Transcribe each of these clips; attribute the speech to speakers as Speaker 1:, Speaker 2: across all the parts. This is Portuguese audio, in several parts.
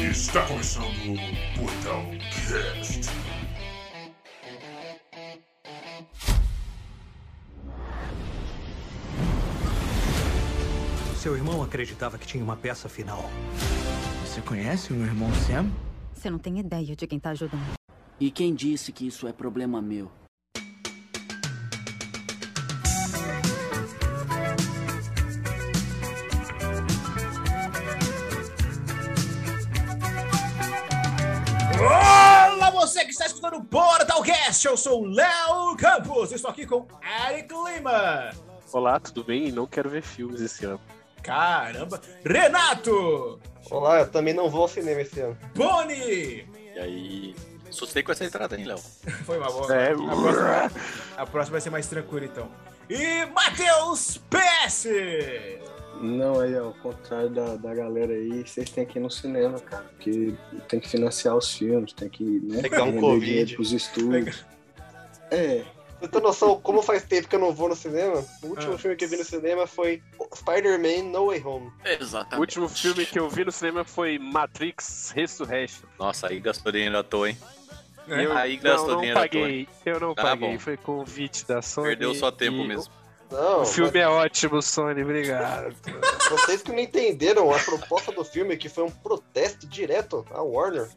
Speaker 1: Está começando o Portal Cast.
Speaker 2: Seu irmão acreditava que tinha uma peça final.
Speaker 3: Você conhece o meu irmão Sam?
Speaker 4: Você não tem ideia de quem tá ajudando.
Speaker 5: E quem disse que isso é problema meu?
Speaker 6: Olá, você que está escutando o Portalcast, eu sou o Léo Campos, estou aqui com Eric Lima,
Speaker 7: Olá, tudo bem? Não quero ver filmes esse ano.
Speaker 6: caramba, Renato,
Speaker 8: Olá, eu também não vou ao cinema esse ano.
Speaker 6: Boni,
Speaker 9: E aí. Assustei com essa entrada, hein, Léo?
Speaker 6: foi uma boa,
Speaker 7: É,
Speaker 6: a, próxima, a próxima vai ser mais tranquila então, e Matheus PS,
Speaker 10: Não, aí ao contrário da, da galera aí, vocês têm que ir no cinema, cara. Porque tem que financiar os filmes, tem que, né,
Speaker 8: Pegar um
Speaker 10: render
Speaker 8: Covid.
Speaker 10: dinheiro pros estúdios. É,
Speaker 8: Você tem noção como faz tempo que eu não vou no cinema? O último
Speaker 6: Ah.
Speaker 8: filme que eu vi no cinema foi Spider-Man No Way Home.
Speaker 7: O
Speaker 9: Exatamente.
Speaker 7: último filme que eu vi no cinema foi Matrix Resurrection.
Speaker 9: Nossa, aí gastou dinheiro à toa, hein?
Speaker 6: É.
Speaker 7: Eu
Speaker 9: Aí
Speaker 7: não,
Speaker 9: gastou
Speaker 7: não
Speaker 9: dinheiro à toa.
Speaker 7: paguei. Eu não
Speaker 9: Tá
Speaker 7: paguei.
Speaker 9: bom.
Speaker 7: Foi convite da Sony.
Speaker 9: Perdeu só tempo
Speaker 7: e
Speaker 9: mesmo.
Speaker 8: Não,
Speaker 7: O filme é ótimo, Sony. Obrigado.
Speaker 8: mas vocês que não entenderam a proposta do filme, que foi um protesto direto à Warner.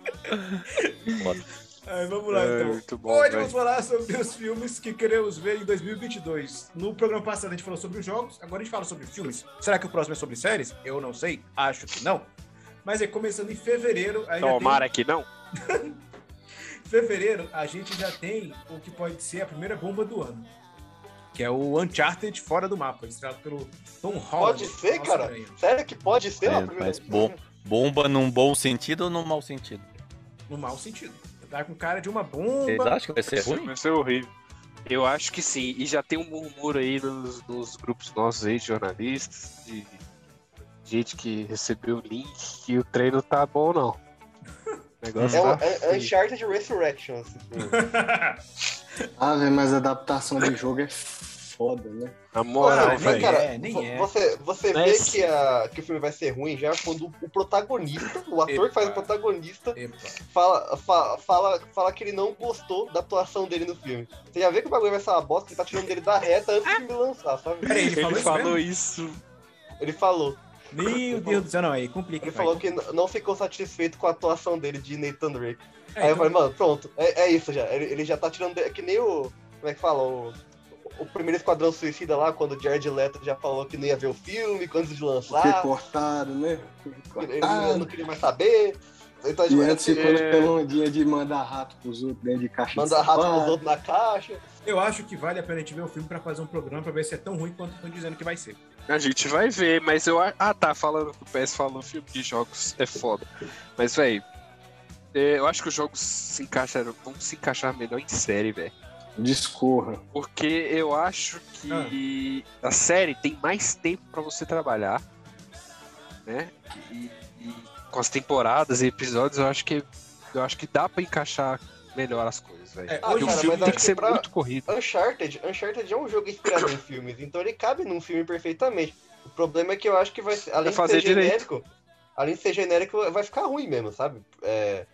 Speaker 6: Ai, vamos lá então.
Speaker 7: muito bom.
Speaker 6: Hoje
Speaker 7: velho.
Speaker 6: vamos falar sobre os filmes que queremos ver em 2022. No programa passado a gente falou sobre os jogos, agora a gente fala sobre filmes. Será que o próximo é sobre séries? Eu não sei, acho que não. Mas é começando em fevereiro, ainda tem
Speaker 7: Tomara que não.
Speaker 6: fevereiro a gente já tem o que pode ser a primeira bomba do ano. Que é o Uncharted Fora do Mapa, estrelado pelo Tom Holland.
Speaker 8: Pode ser,
Speaker 6: Nossa,
Speaker 8: cara?
Speaker 6: velho,
Speaker 8: Sério que pode ser?
Speaker 9: É,
Speaker 8: a primeira
Speaker 9: mas
Speaker 8: vez?
Speaker 9: bom, bomba num bom sentido ou num mau sentido?
Speaker 6: No mau sentido. Tá com cara de uma bomba.
Speaker 9: Vocês
Speaker 7: tá
Speaker 9: acham que vai ser
Speaker 8: é
Speaker 9: ruim?
Speaker 7: Vai ser é horrível. Eu acho que sim. E já tem um murmúrio aí nos, nos grupos nossos aí, de jornalistas, de gente que recebeu o link e o treino tá bom, não. O negócio
Speaker 8: É um
Speaker 7: tá
Speaker 8: é- é
Speaker 7: feio.
Speaker 8: Uncharted Resurrection. assim? esse filme.
Speaker 10: ah, velho, mas a adaptação do jogo é foda, né?
Speaker 7: Na
Speaker 8: Nossa,
Speaker 7: moral,
Speaker 8: mas,
Speaker 7: velho.
Speaker 8: cara,
Speaker 3: É, nem
Speaker 8: vo-
Speaker 3: é.
Speaker 8: Você, você vê
Speaker 7: Mas-
Speaker 8: que,
Speaker 1: é.
Speaker 8: a- que o filme vai ser ruim já quando o protagonista, o ator que faz o
Speaker 6: Epa.
Speaker 8: protagonista,
Speaker 6: Epa.
Speaker 8: fala, fa- fala, fala que ele não gostou da atuação dele no filme. Você já vê que o bagulho vai ser uma bosta, ele tá tirando dele da reta antes de me lançar, sabe?
Speaker 6: Peraí, ele
Speaker 7: Ele
Speaker 6: falou,
Speaker 7: falou
Speaker 6: isso.
Speaker 7: isso
Speaker 8: Ele- Ele falou.
Speaker 6: mesmo? Meu Deus do céu, não, aí complica.
Speaker 8: Ele
Speaker 6: vai.
Speaker 8: falou que n- não ficou satisfeito com a atuação dele de Nathan Drake.
Speaker 6: É,
Speaker 8: Aí eu
Speaker 6: então-
Speaker 8: falei, mano, pronto, é, é isso já. Ele, ele já tá tirando. de- É que nem o. Como é que fala? O, o primeiro Esquadrão Suicida lá, quando o Jared Leto já falou que não ia ver o filme, quando de
Speaker 10: Porque
Speaker 8: lançar.
Speaker 10: cortaram, né?
Speaker 8: Ele não, não
Speaker 10: Cortaram.
Speaker 8: queria mais saber. Então,
Speaker 10: E
Speaker 8: tipo,
Speaker 10: antes
Speaker 8: ele
Speaker 10: ficou de pelonguinha de mandar rato pros outros dentro de caixa
Speaker 8: manda
Speaker 10: de
Speaker 8: rato
Speaker 10: sapato.
Speaker 8: pros outros na caixa.
Speaker 6: Eu acho que vale a pena a gente ver o filme pra fazer um programa pra ver se é tão ruim quanto estão dizendo que vai ser.
Speaker 7: A gente vai ver, mas eu. a- Ah, tá, falando que o PS falou filme de jogos é foda. Mas, velho, eu acho que os jogos se encaixaram, vão se encaixar melhor em série, velho.
Speaker 10: Discorra.
Speaker 7: Porque eu acho que a série tem mais tempo pra você trabalhar, né? E, e com as temporadas e episódios, eu acho que eu acho que dá pra encaixar melhor as coisas, velho.
Speaker 6: É,
Speaker 8: Ah,
Speaker 7: Porque
Speaker 6: hoje,
Speaker 7: o
Speaker 8: cara,
Speaker 7: filme
Speaker 8: mas
Speaker 7: tem
Speaker 8: acho
Speaker 7: que
Speaker 8: que
Speaker 7: ser
Speaker 8: pra-
Speaker 7: muito corrido.
Speaker 8: Uncharted, Uncharted é um jogo inspirado em filmes, então ele cabe num filme perfeitamente. O problema é que eu acho que vai ser- além de
Speaker 7: fazer
Speaker 8: ser
Speaker 7: direito.
Speaker 8: genérico, além de ser genérico, vai ficar ruim mesmo, sabe? É,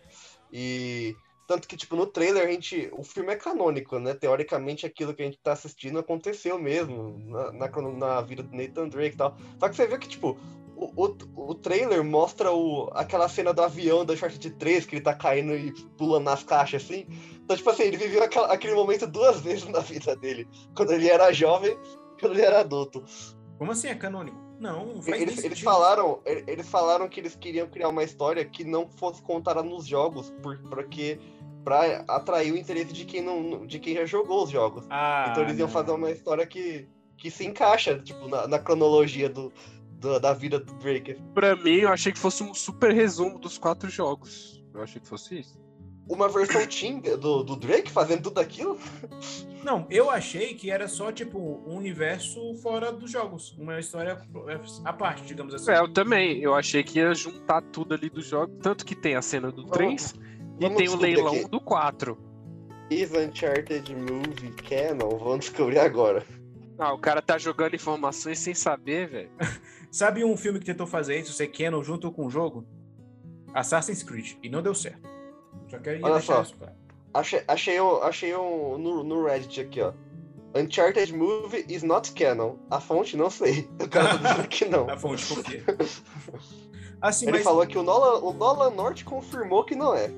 Speaker 8: e tanto que tipo no trailer a gente, o filme é canônico, né? Teoricamente aquilo que a gente tá assistindo aconteceu mesmo na, na, crono- na vida do Nathan Drake e tal. Só que você vê que tipo o, o, o trailer mostra o, aquela cena do avião da Uncharted 3, que ele tá caindo e pulando nas caixas, assim. Então, tipo assim, ele viveu aquela- aquele momento duas vezes na vida dele. Quando ele era jovem e quando ele era adulto.
Speaker 6: Como assim é canônico? Não, não faz nem
Speaker 8: Eles, eles
Speaker 6: sentido.
Speaker 8: falaram, ele- eles falaram que eles queriam criar uma história que não fosse contada nos jogos, por- porque pra atrair o interesse de quem, não, de quem já jogou os jogos.
Speaker 6: Ah,
Speaker 8: então eles iam
Speaker 6: não.
Speaker 8: fazer uma história que, que se encaixa, tipo, na, na cronologia do, do- da vida do Drake.
Speaker 7: Pra mim, eu achei que fosse um super resumo dos quatro jogos. Eu achei que fosse isso.
Speaker 8: Uma versão team do, do Drake fazendo tudo aquilo?
Speaker 6: Não, eu achei que era só, tipo, um universo fora dos jogos. Uma história à parte, digamos assim.
Speaker 7: É, eu também. Eu achei que ia juntar tudo ali do jogo. Tanto que tem a cena do
Speaker 8: Vamos-
Speaker 7: 3 e
Speaker 8: vamos
Speaker 7: tem o
Speaker 8: descobrir
Speaker 7: leilão
Speaker 8: aqui.
Speaker 7: do 4.
Speaker 8: Is Uncharted Movie Canon? Vamos descobrir agora.
Speaker 7: Ah, o cara tá jogando informações sem saber, velho.
Speaker 6: Sabe um filme que tentou fazer isso, ser canon junto com o jogo? Assassin's Creed, e não deu certo. Só queria
Speaker 8: Olha
Speaker 6: deixar
Speaker 8: só.
Speaker 6: isso claro.
Speaker 8: Achei, achei, um, achei um no, no Reddit aqui, ó. Uncharted movie is not canon. A fonte, não sei. O cara tá dizendo que não.
Speaker 6: A fonte, por quê? Assim,
Speaker 8: Ele
Speaker 6: mas
Speaker 8: falou que o Nolan, o Nolan North confirmou que não é.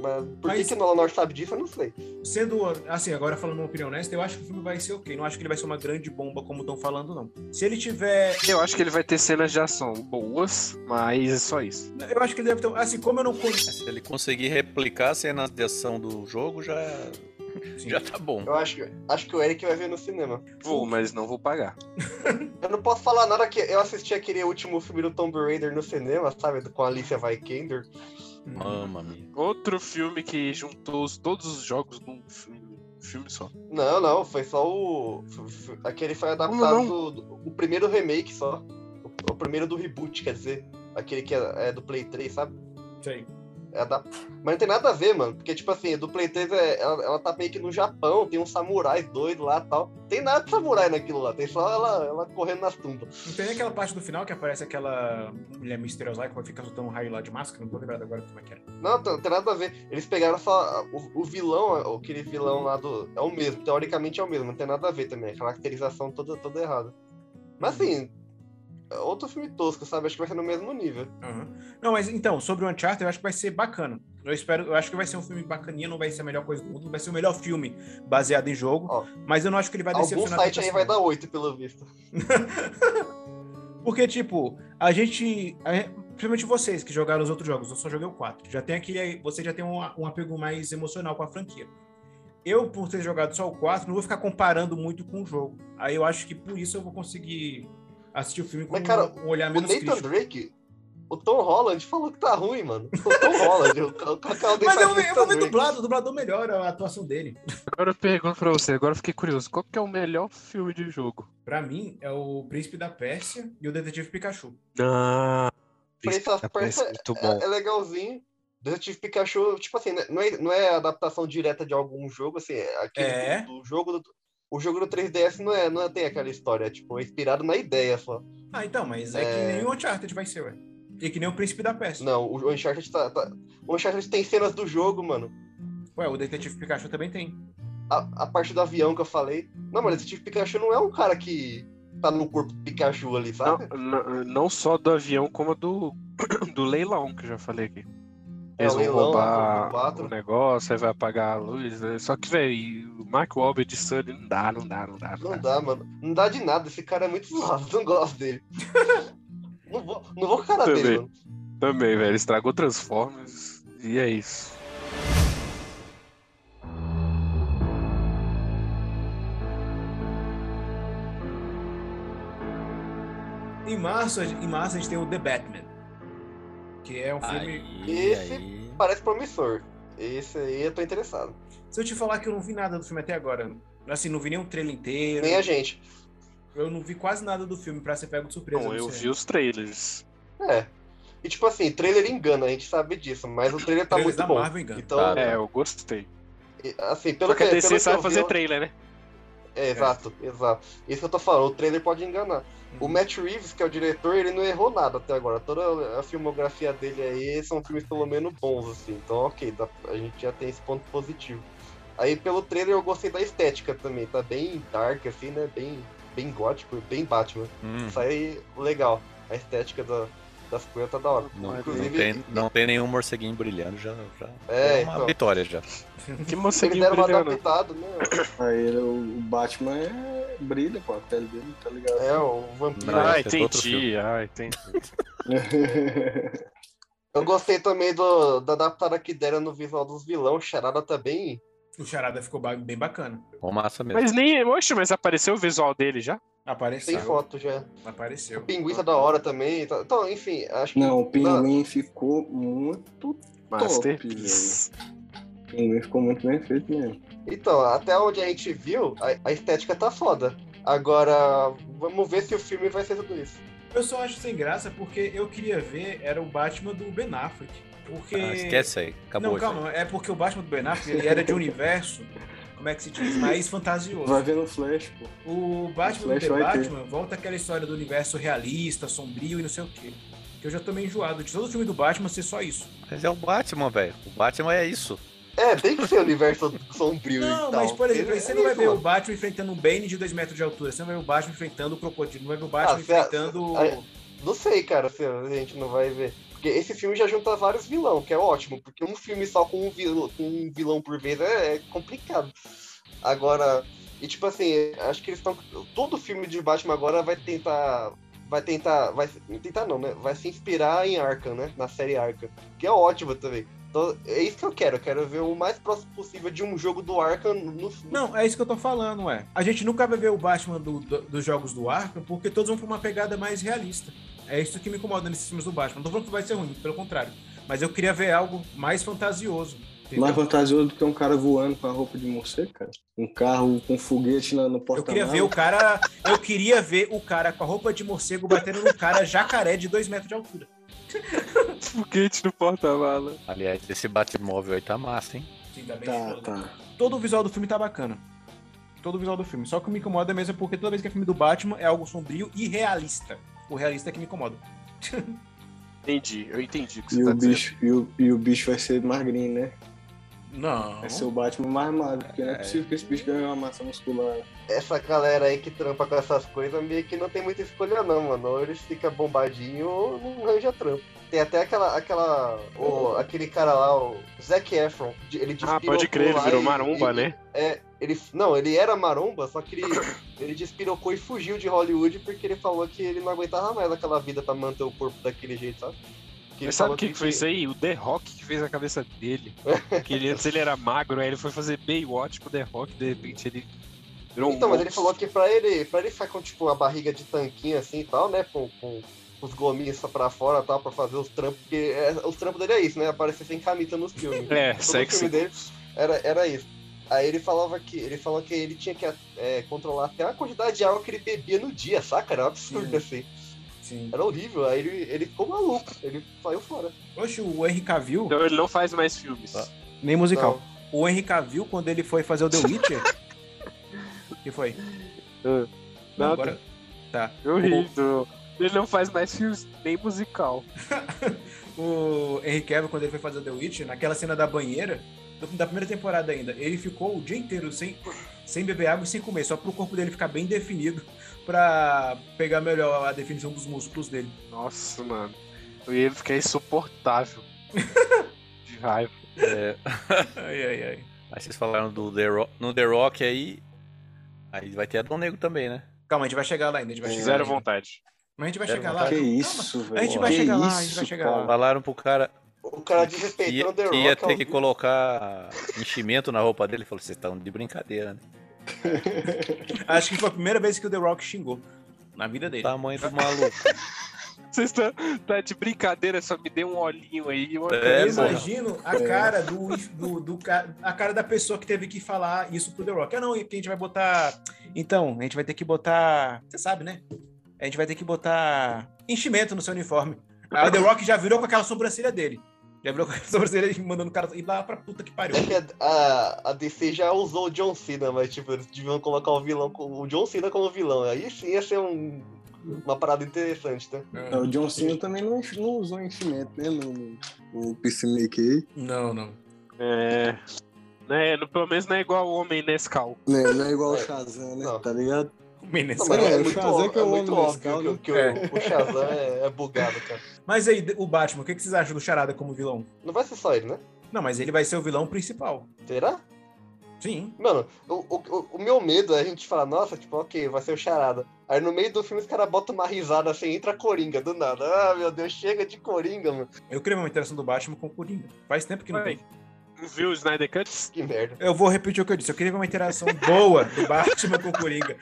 Speaker 8: Mas por
Speaker 6: Mas-
Speaker 8: que, que o Nolan North sabe disso, eu não sei.
Speaker 6: sendo assim, agora falando uma opinião honesta, eu acho que o filme vai ser ok. Não acho que ele vai ser uma grande bomba como estão falando, não. Se ele tiver
Speaker 7: Eu acho que ele vai ter cenas de ação boas, mas é só isso.
Speaker 6: Eu acho que ele deve ter. Assim, como eu não conheço.
Speaker 9: Se ele conseguir replicar a cena de ação do jogo, já,
Speaker 6: Sim.
Speaker 9: já tá bom.
Speaker 8: Eu acho, acho que o Eric vai ver no cinema.
Speaker 7: Vou, mas não vou pagar.
Speaker 8: Eu não posso falar nada que eu assisti aquele último filme do Tomb Raider no cinema, sabe? Com a Alicia Vikander.
Speaker 6: Hum,
Speaker 9: Mama, minha.
Speaker 7: Outro filme que juntou os- todos os jogos num filme, filme só.
Speaker 8: Não, não, foi só o. f- f- Aquele foi adaptado
Speaker 7: Não,
Speaker 8: Do, do- o primeiro remake só. O, o primeiro do reboot, quer dizer. Aquele que é, é do Play 3, sabe?
Speaker 6: Sei.
Speaker 8: É da... Mas não tem nada a ver, mano. Porque, tipo assim, do Play 3 é- ela, ela tá meio que no Japão, tem uns samurais doidos lá e tal. Tem nada de samurai naquilo lá, tem só ela, ela correndo nas tumbas.
Speaker 6: Não tem nem aquela parte do final que aparece aquela mulher misteriosa lá que fica soltando um raio lá de máscara? Não tô lembrado agora como é que era.
Speaker 8: Não, não tem nada a ver. Eles pegaram só. O, o vilão, aquele vilão lá do. É o mesmo, teoricamente é o mesmo, não tem nada a ver também. A caracterização toda, toda errada. Mas
Speaker 6: Uhum.
Speaker 8: assim, é outro filme tosco, sabe? Acho que vai ser no mesmo nível.
Speaker 6: Aham. Não, mas então, sobre o Uncharted, eu acho que vai ser bacana. Eu espero, eu acho que vai ser um filme bacaninha, não vai ser a melhor coisa do mundo, não vai ser o melhor filme baseado em jogo.
Speaker 8: Ó,
Speaker 6: mas eu não acho que ele vai
Speaker 8: Algum
Speaker 6: decepcionar.
Speaker 8: site aí
Speaker 6: tantas
Speaker 8: vai dar 8, pelo visto.
Speaker 6: Porque, tipo, a gente. a gen- principalmente vocês que jogaram os outros jogos, eu só joguei o 4. Já tem aquele. Você já tem um, a- um apego mais emocional com a franquia. Eu, por ter jogado só o 4, não vou ficar comparando muito com o jogo. Aí eu acho que por isso eu vou conseguir assistir o filme com
Speaker 8: Mas, cara,
Speaker 6: um olhar
Speaker 8: O
Speaker 6: menos
Speaker 8: Nathan
Speaker 6: crítico.
Speaker 8: Drake, o Tom Holland falou que tá ruim, mano. O Tom Holland, o Cacau
Speaker 6: Mas eu, eu vou ver dublado, o dublador melhora a atuação dele.
Speaker 7: Agora eu pergunto pra você, agora eu fiquei curioso, qual que é o melhor filme de jogo?
Speaker 6: Pra mim, é o Príncipe da Pérsia e o Detetive Pikachu.
Speaker 7: Ah,
Speaker 8: Príncipe da Pérsia
Speaker 7: muito
Speaker 8: É, é legalzinho. Detetive Pikachu, tipo assim, né, não é, não é adaptação direta de algum jogo, assim, é aquele
Speaker 6: É.
Speaker 8: do, do jogo do. O jogo do 3DS não é, não é- tem aquela história, tipo, é inspirado na ideia só.
Speaker 6: Ah, então, mas é,
Speaker 8: É.
Speaker 6: que nem o Uncharted vai ser, ué. E que nem o Príncipe da Pérsia.
Speaker 8: Não, o o Uncharted tá, tá- O Uncharted tem cenas do jogo, mano.
Speaker 6: Ué, o Detetive Pikachu também tem.
Speaker 8: A, a parte do avião que eu falei. Não, mas Detetive Pikachu não é um cara que tá no corpo do Pikachu ali,
Speaker 7: Não,
Speaker 8: sabe?
Speaker 7: não- não só do avião, como do, do leilão, que eu já falei aqui.
Speaker 8: É,
Speaker 7: Eles
Speaker 8: o
Speaker 7: vão
Speaker 8: leilão,
Speaker 7: roubar
Speaker 8: do quatro.
Speaker 7: o negócio, aí vai apagar a luz. né? Só que, velho, o Mark Wahlberg de Sully não dá, não dá, não dá. Não
Speaker 8: Não
Speaker 7: dá.
Speaker 8: dá, mano. Não dá de nada. Esse cara é muito zoado. Não gosto dele. não, vou, não vou com a cara
Speaker 7: Também.
Speaker 8: dele, mano.
Speaker 7: Também, velho, estragou Transformers e é isso.
Speaker 6: Em março, a gen- em março a gente tem o The Batman. Que é um filme.
Speaker 9: Aí,
Speaker 8: Esse-
Speaker 9: aí.
Speaker 8: Parece promissor. Esse aí eu tô interessado.
Speaker 6: Se eu te falar que eu não vi nada do filme até agora. Assim, não vi nenhum trailer inteiro.
Speaker 8: Nem a gente.
Speaker 6: Eu não vi quase nada do filme pra ser pego de surpresa.
Speaker 7: Bom,
Speaker 6: no
Speaker 7: eu vi
Speaker 6: cinema.
Speaker 7: os trailers.
Speaker 8: É. E tipo assim, trailer engana, a gente sabe disso, mas o trailer tá
Speaker 6: Trailers
Speaker 8: muito
Speaker 6: da
Speaker 8: bom.
Speaker 6: Marvel engana.
Speaker 8: Então,
Speaker 9: Tá,
Speaker 7: É, eu gostei.
Speaker 8: e- assim, pelo
Speaker 7: Só que a
Speaker 8: que- pelo
Speaker 7: DC
Speaker 8: que
Speaker 7: sabe
Speaker 8: eu
Speaker 7: fazer
Speaker 8: vi,
Speaker 7: trailer, né?
Speaker 8: É, exato, exato. Isso que eu tô falando, o trailer pode enganar.
Speaker 9: Uhum.
Speaker 8: O Matt Reeves, que é o diretor, ele não errou nada até agora. Toda a filmografia dele aí são filmes pelo menos bons, assim. Então, ok, dá- a gente já tem esse ponto positivo. Aí, pelo trailer, eu gostei da estética também. Tá bem dark, assim, né? Bem, bem gótico, bem Batman.
Speaker 9: Hum,
Speaker 8: Isso aí, legal. A estética da- das coisas tá da hora.
Speaker 9: não, não
Speaker 8: Inclusive,
Speaker 9: tem, não tem nenhum morceguinho brilhando, já, já
Speaker 8: É,
Speaker 9: é uma
Speaker 8: então.
Speaker 9: vitória já. é.
Speaker 7: Que
Speaker 8: eles
Speaker 7: moceguinho
Speaker 8: deram uma
Speaker 7: brilhando.
Speaker 8: adaptada, né?
Speaker 10: Aí ele- o Batman é- brilha com a pele dele, tá ligado?
Speaker 8: É, o vampiro.
Speaker 9: Não,
Speaker 7: Ai,
Speaker 9: esse é outro
Speaker 7: Ah, entendi, ai, entendi.
Speaker 8: Eu gostei também do, da adaptada que deram no visual dos vilões. Charada tá bem...
Speaker 6: O Charada ficou ba- bem bacana.
Speaker 9: Uma massa mesmo.
Speaker 7: Mas nem. Oxe, mas apareceu o visual dele já?
Speaker 6: Apareceu.
Speaker 8: Tem foto já.
Speaker 6: Apareceu.
Speaker 8: Pinguim da hora também. tá- Então, enfim, acho que.
Speaker 10: Não, o pinguim ficou muito.
Speaker 7: Masterpiece.
Speaker 10: O pinguim ficou muito bem feito mesmo.
Speaker 8: Então, até onde a gente viu, a, a estética tá foda. Agora, vamos ver se o filme vai ser tudo isso.
Speaker 6: Eu só acho sem graça porque eu queria ver era o Batman do Ben Affleck. Porque.
Speaker 9: Ah, esquece aí, acabou
Speaker 6: não,
Speaker 9: isso aí.
Speaker 6: calma, é porque o Batman do Ben Affleck ele era de um universo. Como é que se diz? Mais fantasioso.
Speaker 10: Vai ver no Flash, pô.
Speaker 6: O Batman do
Speaker 10: Flash
Speaker 6: The
Speaker 10: vai ter.
Speaker 6: Batman volta aquela história do universo realista, sombrio e não sei o quê. Que eu já tô meio enjoado de todo o filme do Batman ser só isso.
Speaker 9: Mas é o Batman, velho. O Batman é isso.
Speaker 8: É, tem que ser universo sombrio
Speaker 6: Não,
Speaker 8: e então, tal. é
Speaker 6: mas por exemplo, aí você não vai
Speaker 8: isso,
Speaker 6: ver o
Speaker 8: mano.
Speaker 6: Batman enfrentando um Bane de 2 metros de altura, você não vai ver o Batman enfrentando o Crocodilo, não vai ver o Batman
Speaker 8: Ah, se a-
Speaker 6: enfrentando.
Speaker 8: a- Não sei, cara, se a gente não vai ver. Porque esse filme já junta vários vilão, que é ótimo. Porque um filme só com um vilão, com um vilão por vez é, é complicado. Agora, e tipo assim, acho que eles estão. Todo filme de Batman agora vai tentar. Vai tentar. Vai se- tentar não, né? Vai se inspirar em Arkham, né? Na série Arkham. Que é ótimo também. Então, é isso que eu quero. Eu quero ver o mais próximo possível de um jogo do Arkham no, no
Speaker 6: Não, é isso que eu tô falando, ué. A gente nunca vai ver o Batman do- do- dos jogos do Arkham, porque todos vão pra uma pegada mais realista. É isso que me incomoda nesses filmes do Batman. Não tô falando que vai ser ruim, pelo contrário. Mas eu queria ver algo mais fantasioso. entendeu?
Speaker 10: Mais fantasioso do que um cara voando com a roupa de morcego, cara. Um carro com foguete na- no
Speaker 6: Eu
Speaker 10: porta
Speaker 6: queria ver o cara. Eu queria ver o cara com a roupa de morcego batendo num cara jacaré de 2 metros de altura.
Speaker 7: Foguete no porta-mala.
Speaker 9: Aliás, esse Batmóvel aí tá massa, hein?
Speaker 6: Sim, tá bem
Speaker 10: Tá,
Speaker 6: foda.
Speaker 10: tá.
Speaker 6: Todo o visual do filme tá bacana. Todo o visual do filme. Só que o que me incomoda mesmo é porque toda vez que é filme do Batman é algo sombrio e realista. O realista é que me incomoda.
Speaker 7: Entendi, eu entendi o que
Speaker 10: E
Speaker 7: você tá
Speaker 10: o,
Speaker 7: dizendo.
Speaker 10: bicho, e, o, e o bicho vai ser magrinho, né?
Speaker 6: Não.
Speaker 10: Vai ser é o Batman mais magro, porque não é possível que esse bicho ganhe uma massa muscular.
Speaker 8: essa galera aí que trampa com essas coisas meio que não tem muita escolha não, mano. Ou eles ficam bombadinho ou não arranja trampo. Tem até aquela. aquela. o- aquele cara lá, o Zac Efron. de- Ele
Speaker 7: Ah,
Speaker 8: despirocou
Speaker 7: pode crer, ele
Speaker 8: lá
Speaker 7: virou
Speaker 8: e-
Speaker 7: maromba,
Speaker 8: e-
Speaker 7: né?
Speaker 8: É, ele, não, ele era maromba, só que ele, ele despirocou e fugiu de Hollywood porque ele falou que ele não aguentava mais aquela vida pra manter o corpo daquele jeito, sabe? Que ele
Speaker 7: Mas sabe
Speaker 8: falou
Speaker 7: o que, que foi isso aí? O The Rock que fez a cabeça dele. que ele, antes ele era magro, aí ele foi fazer Baywatch com o The Rock, de repente ele virou um
Speaker 8: Então, mas ele
Speaker 7: monstro.
Speaker 8: falou que pra ele, pra ele ficar com, tipo, a barriga de tanquinho assim e tal, né? Com, com os gominhos só pra fora e tal, pra fazer os trampos. Porque é, os trampos dele é isso, né? Aparecer sem camisa nos filmes.
Speaker 7: É,
Speaker 8: Todo
Speaker 7: sexy.
Speaker 8: filme dele era, era isso. Aí ele falava que ele falou que ele tinha que é, controlar até a quantidade de água que ele bebia no dia, saca? Era um absurdo assim.
Speaker 6: Sim.
Speaker 8: Era horrível. Aí ele, ele ficou maluco. Ele saiu fora.
Speaker 6: Oxe, o Henry Cavill,
Speaker 7: Então ele não faz mais filmes.
Speaker 10: Ah,
Speaker 9: Tá.
Speaker 6: nem musical. O Henry Cavill, quando ele foi fazer o The Witcher. O que foi?
Speaker 7: Nada.
Speaker 6: Agora. Tá.
Speaker 7: Eu ri do... Ele não faz mais filmes nem musical.
Speaker 6: O Henry Cavill, quando ele foi fazer o The Witcher, naquela cena da banheira, do- da primeira temporada ainda, ele ficou o dia inteiro sem, sem beber água e sem comer, só pro corpo dele ficar bem definido, pra pegar melhor a definição dos músculos dele.
Speaker 7: Nossa, mano. Eu ia ficar insuportável. de raiva.
Speaker 9: É,
Speaker 6: Ai, ai, ai.
Speaker 9: aí vocês falaram do The Rock. No The Rock aí. Aí vai ter a Dom Negro também, né?
Speaker 6: Calma, a gente vai chegar lá ainda, a gente vai chegar
Speaker 7: Fizeram
Speaker 6: lá. ainda.
Speaker 7: vontade.
Speaker 6: Mas a gente vai
Speaker 9: Zero
Speaker 6: chegar lá.
Speaker 9: vontade.
Speaker 10: Que
Speaker 6: calma.
Speaker 10: isso, velho.
Speaker 6: A gente vai
Speaker 10: Que
Speaker 6: chegar lá, a gente
Speaker 10: isso,
Speaker 6: vai chegar
Speaker 10: cara.
Speaker 6: lá.
Speaker 9: Falaram pro cara
Speaker 8: Ah. O cara
Speaker 9: que ia,
Speaker 8: desrespeitou o The
Speaker 9: que
Speaker 8: Rock.
Speaker 9: ia
Speaker 8: ao
Speaker 9: ter que
Speaker 8: vivo.
Speaker 9: colocar enchimento na roupa dele. Ele falou: vocês estão de brincadeira, né?
Speaker 6: Acho que foi a primeira vez que o The Rock xingou. Na vida dele.
Speaker 9: Tamanho tá do maluco.
Speaker 7: Vocês estão tá de brincadeira, só me dê um olhinho aí. Um
Speaker 9: É,
Speaker 6: eu
Speaker 9: porra.
Speaker 6: imagino a cara do, do, do ca- a cara da pessoa que teve que falar isso pro The Rock. Ah, não, e que a gente vai botar. Então, a gente vai ter que botar. Você sabe, né? A gente vai ter que botar enchimento no seu uniforme.
Speaker 9: Ah,
Speaker 6: Aí o The Rock já virou com aquela sobrancelha dele. Já virou com aquela sobrancelha e mandando o cara ir lá pra puta que pariu.
Speaker 8: É que a, a, a DC já usou o John Cena, mas tipo, eles deviam colocar o vilão com- o John Cena como vilão. Aí sim ia ser um- uma parada interessante, né?
Speaker 10: É, O John Cena também não, enche- não usou enchimento, né? No, no, no Peacemaker aí.
Speaker 6: Não, não.
Speaker 7: É. Né, no- pelo menos não é igual o homem Nescau.
Speaker 10: Né, Não é igual o
Speaker 8: É.
Speaker 10: Shazam, né?
Speaker 8: Não.
Speaker 10: Tá ligado?
Speaker 8: Não,
Speaker 6: Menezes.
Speaker 8: mas
Speaker 10: É,
Speaker 8: é,
Speaker 10: o
Speaker 8: muito,
Speaker 10: Shazam
Speaker 8: óbvio-
Speaker 10: que é
Speaker 8: é
Speaker 10: o
Speaker 8: muito
Speaker 10: homem desse
Speaker 8: óbvio que, o- que o, o Shazam é, é bugado, cara.
Speaker 6: Mas aí, o Batman, o que que vocês acham do Charada como vilão?
Speaker 8: Não vai ser só ele, né?
Speaker 6: Não, mas ele vai ser o vilão principal.
Speaker 8: Será?
Speaker 6: Sim.
Speaker 8: Mano, o, o, o- o meu medo é a gente falar, nossa, tipo, ok, vai ser o Charada. Aí no meio do filme os caras botam uma risada assim, entra Coringa, do nada. Ah, meu Deus, chega de Coringa, mano.
Speaker 6: Eu queria ver uma interação do Batman com o Coringa. Faz tempo que não
Speaker 7: Vai.
Speaker 6: tem.
Speaker 7: Não viu o Snyder Cuts?
Speaker 8: Que merda.
Speaker 6: Eu vou repetir o que eu disse. Eu queria ver uma interação boa do Batman com o Coringa.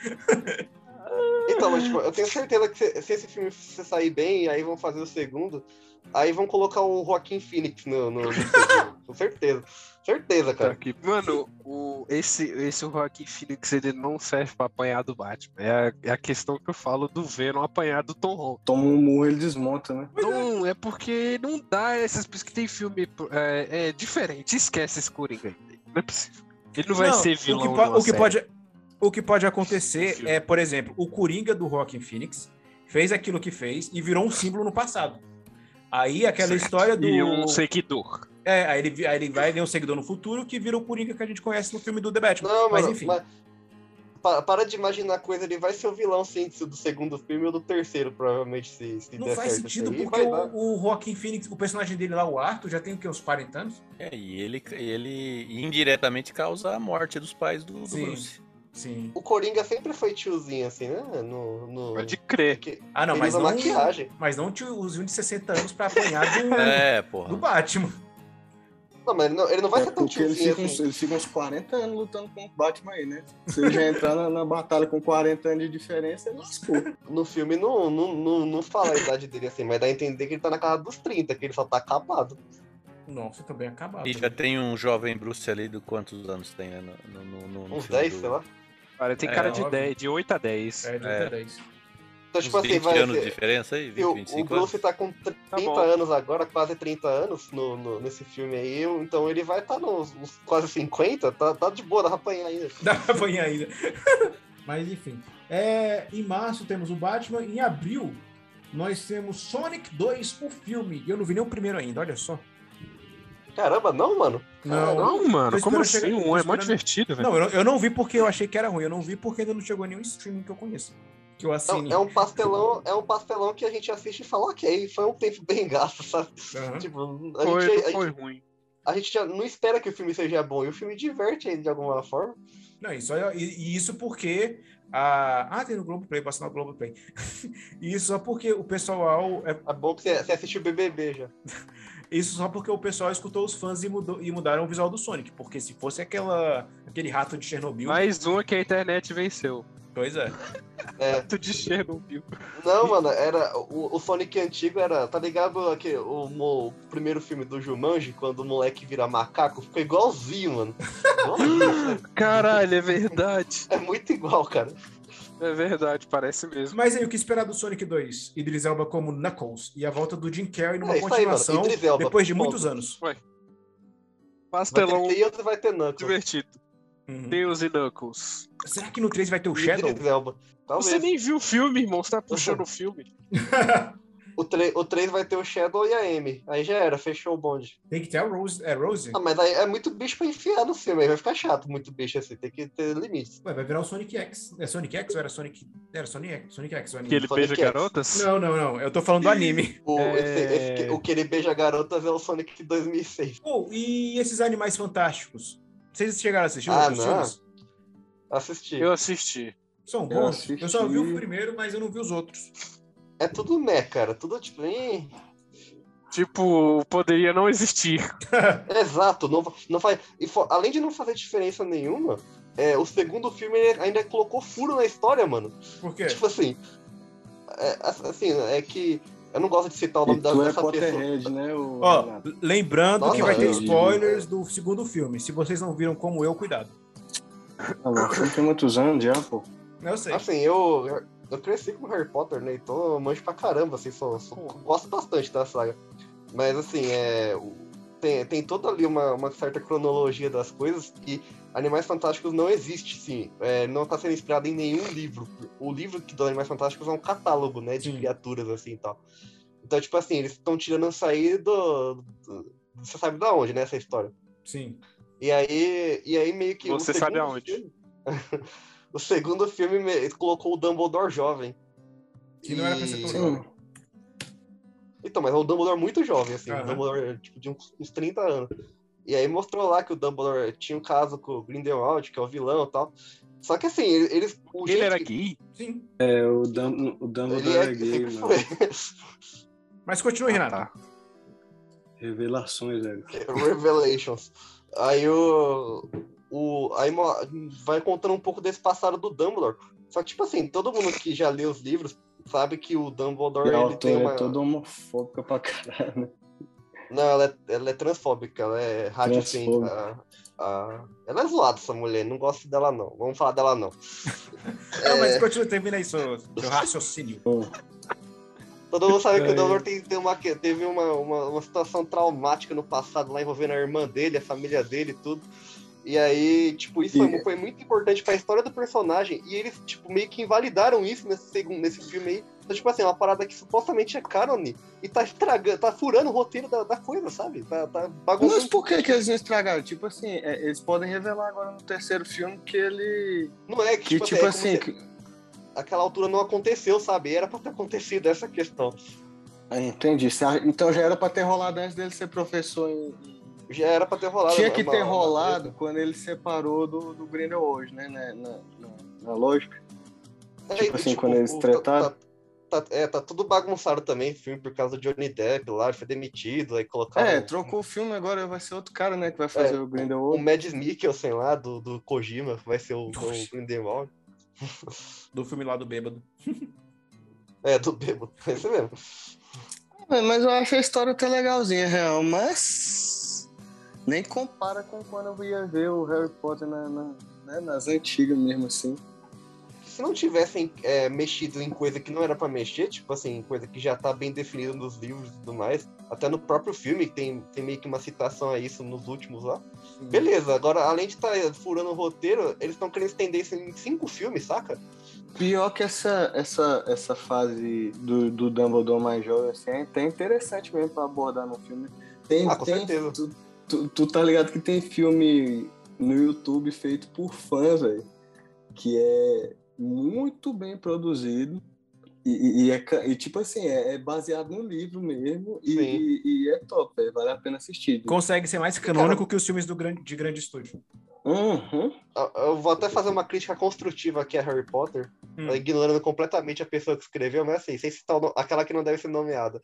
Speaker 8: Então, mas, tipo, eu tenho certeza que se, se esse filme se sair bem, aí vão fazer o segundo, aí vão colocar o Joaquim Phoenix no, no, no segundo. Com certeza. Certeza, cara.
Speaker 7: Mano, o, esse, esse Joaquim Phoenix ele não serve pra apanhar do Batman. É a, é a questão que eu falo do Venom apanhar do Tom Holland.
Speaker 10: Toma um murro, ele desmonta, né?
Speaker 7: Não, é porque não dá essas pessoas que tem filme é, é diferente. Esquece esse Coringa aí. Não é possível. Ele não vai
Speaker 6: Não,
Speaker 7: ser vilão.
Speaker 6: O que, po-
Speaker 7: numa
Speaker 6: o que
Speaker 7: série.
Speaker 6: pode, o que pode acontecer
Speaker 7: Filme.
Speaker 6: é, por exemplo, o Coringa do Rockin' Phoenix fez aquilo que fez e virou um símbolo no passado. Aí aquela
Speaker 7: Certo.
Speaker 6: história é do.
Speaker 7: E um seguidor.
Speaker 6: É, aí ele, vi- aí ele vai ler um seguidor no futuro que vira o Coringa que a gente conhece no filme do The Batman.
Speaker 8: Não,
Speaker 6: Tá. mas
Speaker 8: mano,
Speaker 6: enfim.
Speaker 8: mas- pa- para de imaginar coisa, ele vai ser o vilão sim se do segundo filme ou do terceiro, provavelmente, se, se
Speaker 6: Não
Speaker 8: der
Speaker 6: faz
Speaker 8: certo.
Speaker 6: sentido,
Speaker 8: assim. E
Speaker 6: porque
Speaker 8: vai dar.
Speaker 6: o, o Joaquim Phoenix, o personagem dele lá, o Arthur, já tem o quê? Uns 40 anos?
Speaker 9: É, e ele, ele indiretamente causa a morte dos pais do, do
Speaker 6: Sim.
Speaker 9: Bruce.
Speaker 6: Sim.
Speaker 8: O Coringa sempre foi tiozinho, assim, né? No, no...
Speaker 7: Pode crer.
Speaker 8: que-
Speaker 6: Ah, não,
Speaker 8: ele
Speaker 6: mas
Speaker 8: usa
Speaker 6: não,
Speaker 8: maquiagem.
Speaker 6: mas não tinha os 20 de 60 anos pra apanhar do,
Speaker 9: É,
Speaker 6: do
Speaker 9: porra.
Speaker 6: Batman.
Speaker 8: Não, mas ele não, ele não vai
Speaker 10: É
Speaker 8: ser tão
Speaker 10: porque eles
Speaker 8: tiozinho
Speaker 10: ficam,
Speaker 8: assim.
Speaker 10: eles ficam uns 40 anos lutando com o Batman aí, né? Se ele já entrar na, na batalha com 40 anos de diferença, ele lascou.
Speaker 8: No filme não, não, não, não fala a idade dele assim, mas dá a entender que ele tá na casa dos 30, que ele só tá acabado.
Speaker 6: Nossa, eu tô bem acabado. né?
Speaker 9: E já tem um jovem Bruce ali do quantos anos tem, né? No, no, no- no- no
Speaker 8: Uns
Speaker 9: filme
Speaker 8: 10,
Speaker 9: do-
Speaker 8: sei lá.
Speaker 7: Cara, tem
Speaker 9: É,
Speaker 7: cara de,
Speaker 6: óbvio.
Speaker 7: 10, de 8 a 10.
Speaker 6: É, de
Speaker 9: É.
Speaker 6: 8 a 10.
Speaker 8: Então,
Speaker 9: Uns
Speaker 8: tipo assim,
Speaker 9: 20
Speaker 8: vai
Speaker 9: anos de
Speaker 8: ser...
Speaker 9: diferença aí? 20,
Speaker 8: o- o
Speaker 9: 25 anos?
Speaker 8: Bruce tá com 30
Speaker 7: bom.
Speaker 8: anos agora, quase 30 anos no, no- nesse filme aí, então ele vai estar nos, nos quase 50, tá, tá de boa, dá pra apanhar ainda.
Speaker 6: Dá pra apanhar ainda. Mas enfim. É, em março temos o Batman, em abril nós temos Sonic 2, o filme. E eu não vi nem o primeiro ainda, olha só.
Speaker 8: Caramba, não, mano?
Speaker 7: Não, mano,
Speaker 6: Tô esperando
Speaker 7: como assim?
Speaker 6: chegar- tô
Speaker 7: um é mó
Speaker 6: esperando-
Speaker 7: divertido, velho.
Speaker 6: Não, eu não, eu não vi porque eu achei que era ruim. Eu não vi porque ainda não chegou a nenhum streaming que eu conheço. Que eu
Speaker 8: É,
Speaker 6: assine.
Speaker 8: um- é um pastelão, é um pastelão que a gente assiste e fala, ok, foi um tempo bem gasto, sabe?
Speaker 6: Aham.
Speaker 8: Tipo, a
Speaker 7: Foi,
Speaker 8: gente,
Speaker 7: não
Speaker 8: a
Speaker 7: foi
Speaker 8: gente-
Speaker 7: ruim.
Speaker 8: a gente já não espera que o filme seja bom, e o filme diverte ele de alguma forma.
Speaker 6: Não, isso, é- e, e isso porque. A... Ah, tem no Globoplay, passa na Globoplay. isso só porque o pessoal. é-
Speaker 8: É bom que você, você assiste o BBB já.
Speaker 6: Isso só porque o pessoal escutou os fãs e, mudou, e mudaram o visual do Sonic. Porque se fosse aquela, aquele rato de Chernobyl.
Speaker 7: Mais um é que a internet venceu.
Speaker 6: Pois é.
Speaker 8: É.
Speaker 7: Tu de um Chernobyl.
Speaker 8: Não, mano, era o, o Sonic antigo era, tá ligado aqui, o, mo- o primeiro filme do Jumanji, quando o moleque vira macaco, ficou igualzinho, mano. Igualzinho, cara.
Speaker 7: Caralho, é verdade.
Speaker 8: é muito igual, cara.
Speaker 7: É verdade, parece mesmo.
Speaker 6: Mas aí, o que esperar do Sonic 2? Idris Elba como Knuckles e a volta do Jim Carrey numa
Speaker 8: É isso aí, mano.
Speaker 6: continuação
Speaker 8: Idris Elba,
Speaker 6: depois de
Speaker 8: ponto.
Speaker 6: muitos anos.
Speaker 8: Vai ter
Speaker 7: Pastelão
Speaker 8: Tails e vai ter Knuckles.
Speaker 7: divertido.
Speaker 6: Uhum.
Speaker 7: Deus e Knuckles.
Speaker 6: Será que no 3 vai ter o Shadow?
Speaker 8: Idris Elba. Talvez.
Speaker 7: Você nem viu o filme, irmão. Você tá puxando o filme.
Speaker 8: O, 3, o 3 vai ter o Shadow e a Amy. Aí já era, fechou o bonde.
Speaker 6: Tem que ter a Rose. É Rose?
Speaker 8: Ah, mas aí é muito bicho pra enfiar no filme, aí vai ficar chato muito bicho assim, tem que ter limites.
Speaker 6: Ué, vai virar o Sonic X. É Sonic X ou era Sonic. Era Sonic X, Sonic X o anime.
Speaker 7: Que ele
Speaker 8: Sonic
Speaker 7: beija
Speaker 8: X.
Speaker 7: garotas?
Speaker 6: Não, não, não. Eu tô falando do anime.
Speaker 8: O,
Speaker 7: É.
Speaker 8: esse- esse que- o que ele beija garotas é o Sonic 2006.
Speaker 6: Pô, Oh, e esses animais fantásticos? Vocês chegaram a assistir
Speaker 8: Ah,
Speaker 6: os
Speaker 8: não.
Speaker 6: filmes?
Speaker 8: Assisti.
Speaker 7: Eu assisti.
Speaker 6: São
Speaker 10: Eu
Speaker 6: bons. Eu,
Speaker 10: assisti.
Speaker 6: só vi o primeiro, mas eu não vi os outros.
Speaker 8: É tudo meh, cara. Tudo tipo. "Ih".
Speaker 7: Tipo, poderia não existir.
Speaker 8: Exato. Não, não faz, e fo- além de não fazer diferença nenhuma, é, o segundo filme ele ainda colocou furo na história, mano.
Speaker 6: Por quê?
Speaker 8: Tipo assim. é, assim, é que. Eu não gosto de citar o nome
Speaker 10: E
Speaker 8: da,
Speaker 10: tu é
Speaker 8: dessa pessoa.
Speaker 10: Potterhead, né, o
Speaker 6: Ó,
Speaker 10: Renato?
Speaker 6: lembrando que
Speaker 8: Nossa,
Speaker 6: vai ter
Speaker 10: eu-
Speaker 6: spoilers do segundo filme. Se vocês não viram como eu, cuidado.
Speaker 10: Ah, mas o filme tem muitos anos já, pô.
Speaker 6: Eu sei.
Speaker 8: Assim, eu, eu cresci com Harry Potter, né? Então eu manjo pra caramba, assim, sou, sou- gosto bastante da saga. Mas assim, é. o- Tem, tem toda ali uma, uma certa cronologia das coisas e Animais Fantásticos não existe, sim. É, não tá sendo inspirado em nenhum livro. O livro que dos Animais Fantásticos é um catálogo, né? De
Speaker 6: Sim.
Speaker 8: criaturas, assim e tal. Então, tipo assim, eles estão tirando isso aí do, do- Você sabe da onde, né? Essa história.
Speaker 6: Sim.
Speaker 8: E aí, e aí meio que. o
Speaker 7: Você
Speaker 8: segundo
Speaker 7: sabe aonde.
Speaker 8: filme- o segundo filme me- colocou o Dumbledore jovem.
Speaker 6: Que não era pra ser
Speaker 8: E-
Speaker 6: tão
Speaker 10: Sim.
Speaker 6: jovem.
Speaker 8: Então, mas é o Dumbledore muito jovem, assim.
Speaker 6: Aham.
Speaker 8: O Dumbledore, tipo, de uns, uns 30 anos. E aí mostrou lá que o Dumbledore tinha um caso com o Grindelwald, que é o vilão e tal. Só que assim, ele- eles. o
Speaker 7: Ele
Speaker 8: jeito
Speaker 7: era
Speaker 8: que-
Speaker 7: gay?
Speaker 6: Sim.
Speaker 10: É, o, Dum o
Speaker 8: Ele
Speaker 10: Dumbledore
Speaker 8: é,
Speaker 10: é gay,
Speaker 8: sempre
Speaker 10: mano.
Speaker 8: foi.
Speaker 6: Mas continue, Renato.
Speaker 7: Ah, tá.
Speaker 10: Revelações, velho.
Speaker 8: Revelations. Aí o. o aí mo- vai contando um pouco desse passado do Dumbledore. Só que, tipo assim, todo mundo que já lê os livros sabe que o Dumbledore
Speaker 10: E a
Speaker 8: ele tem
Speaker 10: autora
Speaker 8: uma.
Speaker 10: é toda homofóbica pra caralho. né?
Speaker 8: Não, ela é, ela é transfóbica, ela é radiofêmica.
Speaker 10: Transfóbica.
Speaker 8: A- a- Ela é zoada, essa mulher, não gosto dela não. Vamos falar dela não.
Speaker 6: Não,
Speaker 8: É.
Speaker 6: mas continua, termina aí seu, seu raciocínio.
Speaker 10: Pô,
Speaker 8: Todo mundo sabe que
Speaker 10: É.
Speaker 8: o Dumbledore tem- tem uma- teve uma, uma, uma situação traumática no passado lá envolvendo a irmã dele, a família dele e tudo. E aí, tipo, isso foi,
Speaker 10: E-
Speaker 8: foi muito importante pra história do personagem. E eles, tipo, meio que invalidaram isso nesse, segundo, nesse filme aí. Então, tipo assim, é uma parada que supostamente é cânone e tá estragando, tá furando o roteiro da, da coisa, sabe? Tá, tá bagunçando.
Speaker 10: Mas por que, que eles não estragaram? Tipo assim, é, eles podem revelar agora no terceiro filme que ele.
Speaker 8: Não é
Speaker 10: Que tipo
Speaker 8: é como
Speaker 10: assim.
Speaker 8: se
Speaker 10: que-
Speaker 8: aquela altura não aconteceu, sabe? Era pra ter acontecido essa questão.
Speaker 10: Ah, entendi. Se a- Então já era pra ter rolado antes dele ser professor em.
Speaker 8: Já era pra ter rolado.
Speaker 10: Tinha
Speaker 8: uma-
Speaker 10: que
Speaker 8: uma-
Speaker 10: ter
Speaker 8: uma
Speaker 10: rolado quando ele separou do, do Grindelwald, né? Na, na, na- na lógica.
Speaker 8: É,
Speaker 10: Tipo
Speaker 8: e,
Speaker 10: assim, quando eles
Speaker 8: o-
Speaker 10: tretaram.
Speaker 8: Tá, tá- é, tá tudo bagunçado também, filme, por causa de Johnny Depp lá, ele foi demitido, aí colocaram um
Speaker 10: É, trocou o filme, agora vai ser outro cara, né? Que
Speaker 8: É.
Speaker 10: vai fazer o
Speaker 8: o
Speaker 10: Grindelwald.
Speaker 8: Mads Mikkelsen lá, do, do Kojima, vai ser o,
Speaker 6: Nossa.
Speaker 8: o Grindelwald.
Speaker 6: Do filme lá do Bêbado.
Speaker 8: É, do Bebo, é isso mesmo. Um-
Speaker 10: É, Mas eu acho a história até legalzinha, real, mas. Nem compara com quando eu ia ver o Harry Potter na- na- né, nas antigas mesmo, assim.
Speaker 8: Se não tivessem é, mexido em coisa que não era pra mexer, tipo assim, coisa que já tá bem definida nos livros e tudo mais, até no próprio filme, que tem, tem meio que uma citação a isso nos últimos lá.
Speaker 10: Hum.
Speaker 8: Beleza, agora, além de estar furando o roteiro, eles estão querendo estender isso em cinco filmes, saca?
Speaker 10: Pior que essa, essa, essa fase do, do Dumbledore mais jovem, assim, é até interessante mesmo pra abordar no filme. Tem,
Speaker 8: Ah, com
Speaker 10: tem-
Speaker 8: certeza.
Speaker 10: Tu, tu, tu tá ligado que tem filme no YouTube feito por fã, velho, que é muito bem produzido. E, e- e é, ca- e, tipo assim, é, é baseado no livro mesmo e,
Speaker 8: Sim.
Speaker 10: e- e é top, velho, vale a pena assistir.
Speaker 6: Consegue ser mais canônico que os filmes do grande, de grande estúdio.
Speaker 10: Uhum.
Speaker 8: Eu- Eu vou até fazer uma crítica construtiva aqui a Harry Potter, tá
Speaker 6: Hum.
Speaker 8: ignorando completamente a pessoa que escreveu, mas assim, sem citar o no- aquela que não deve ser nomeada.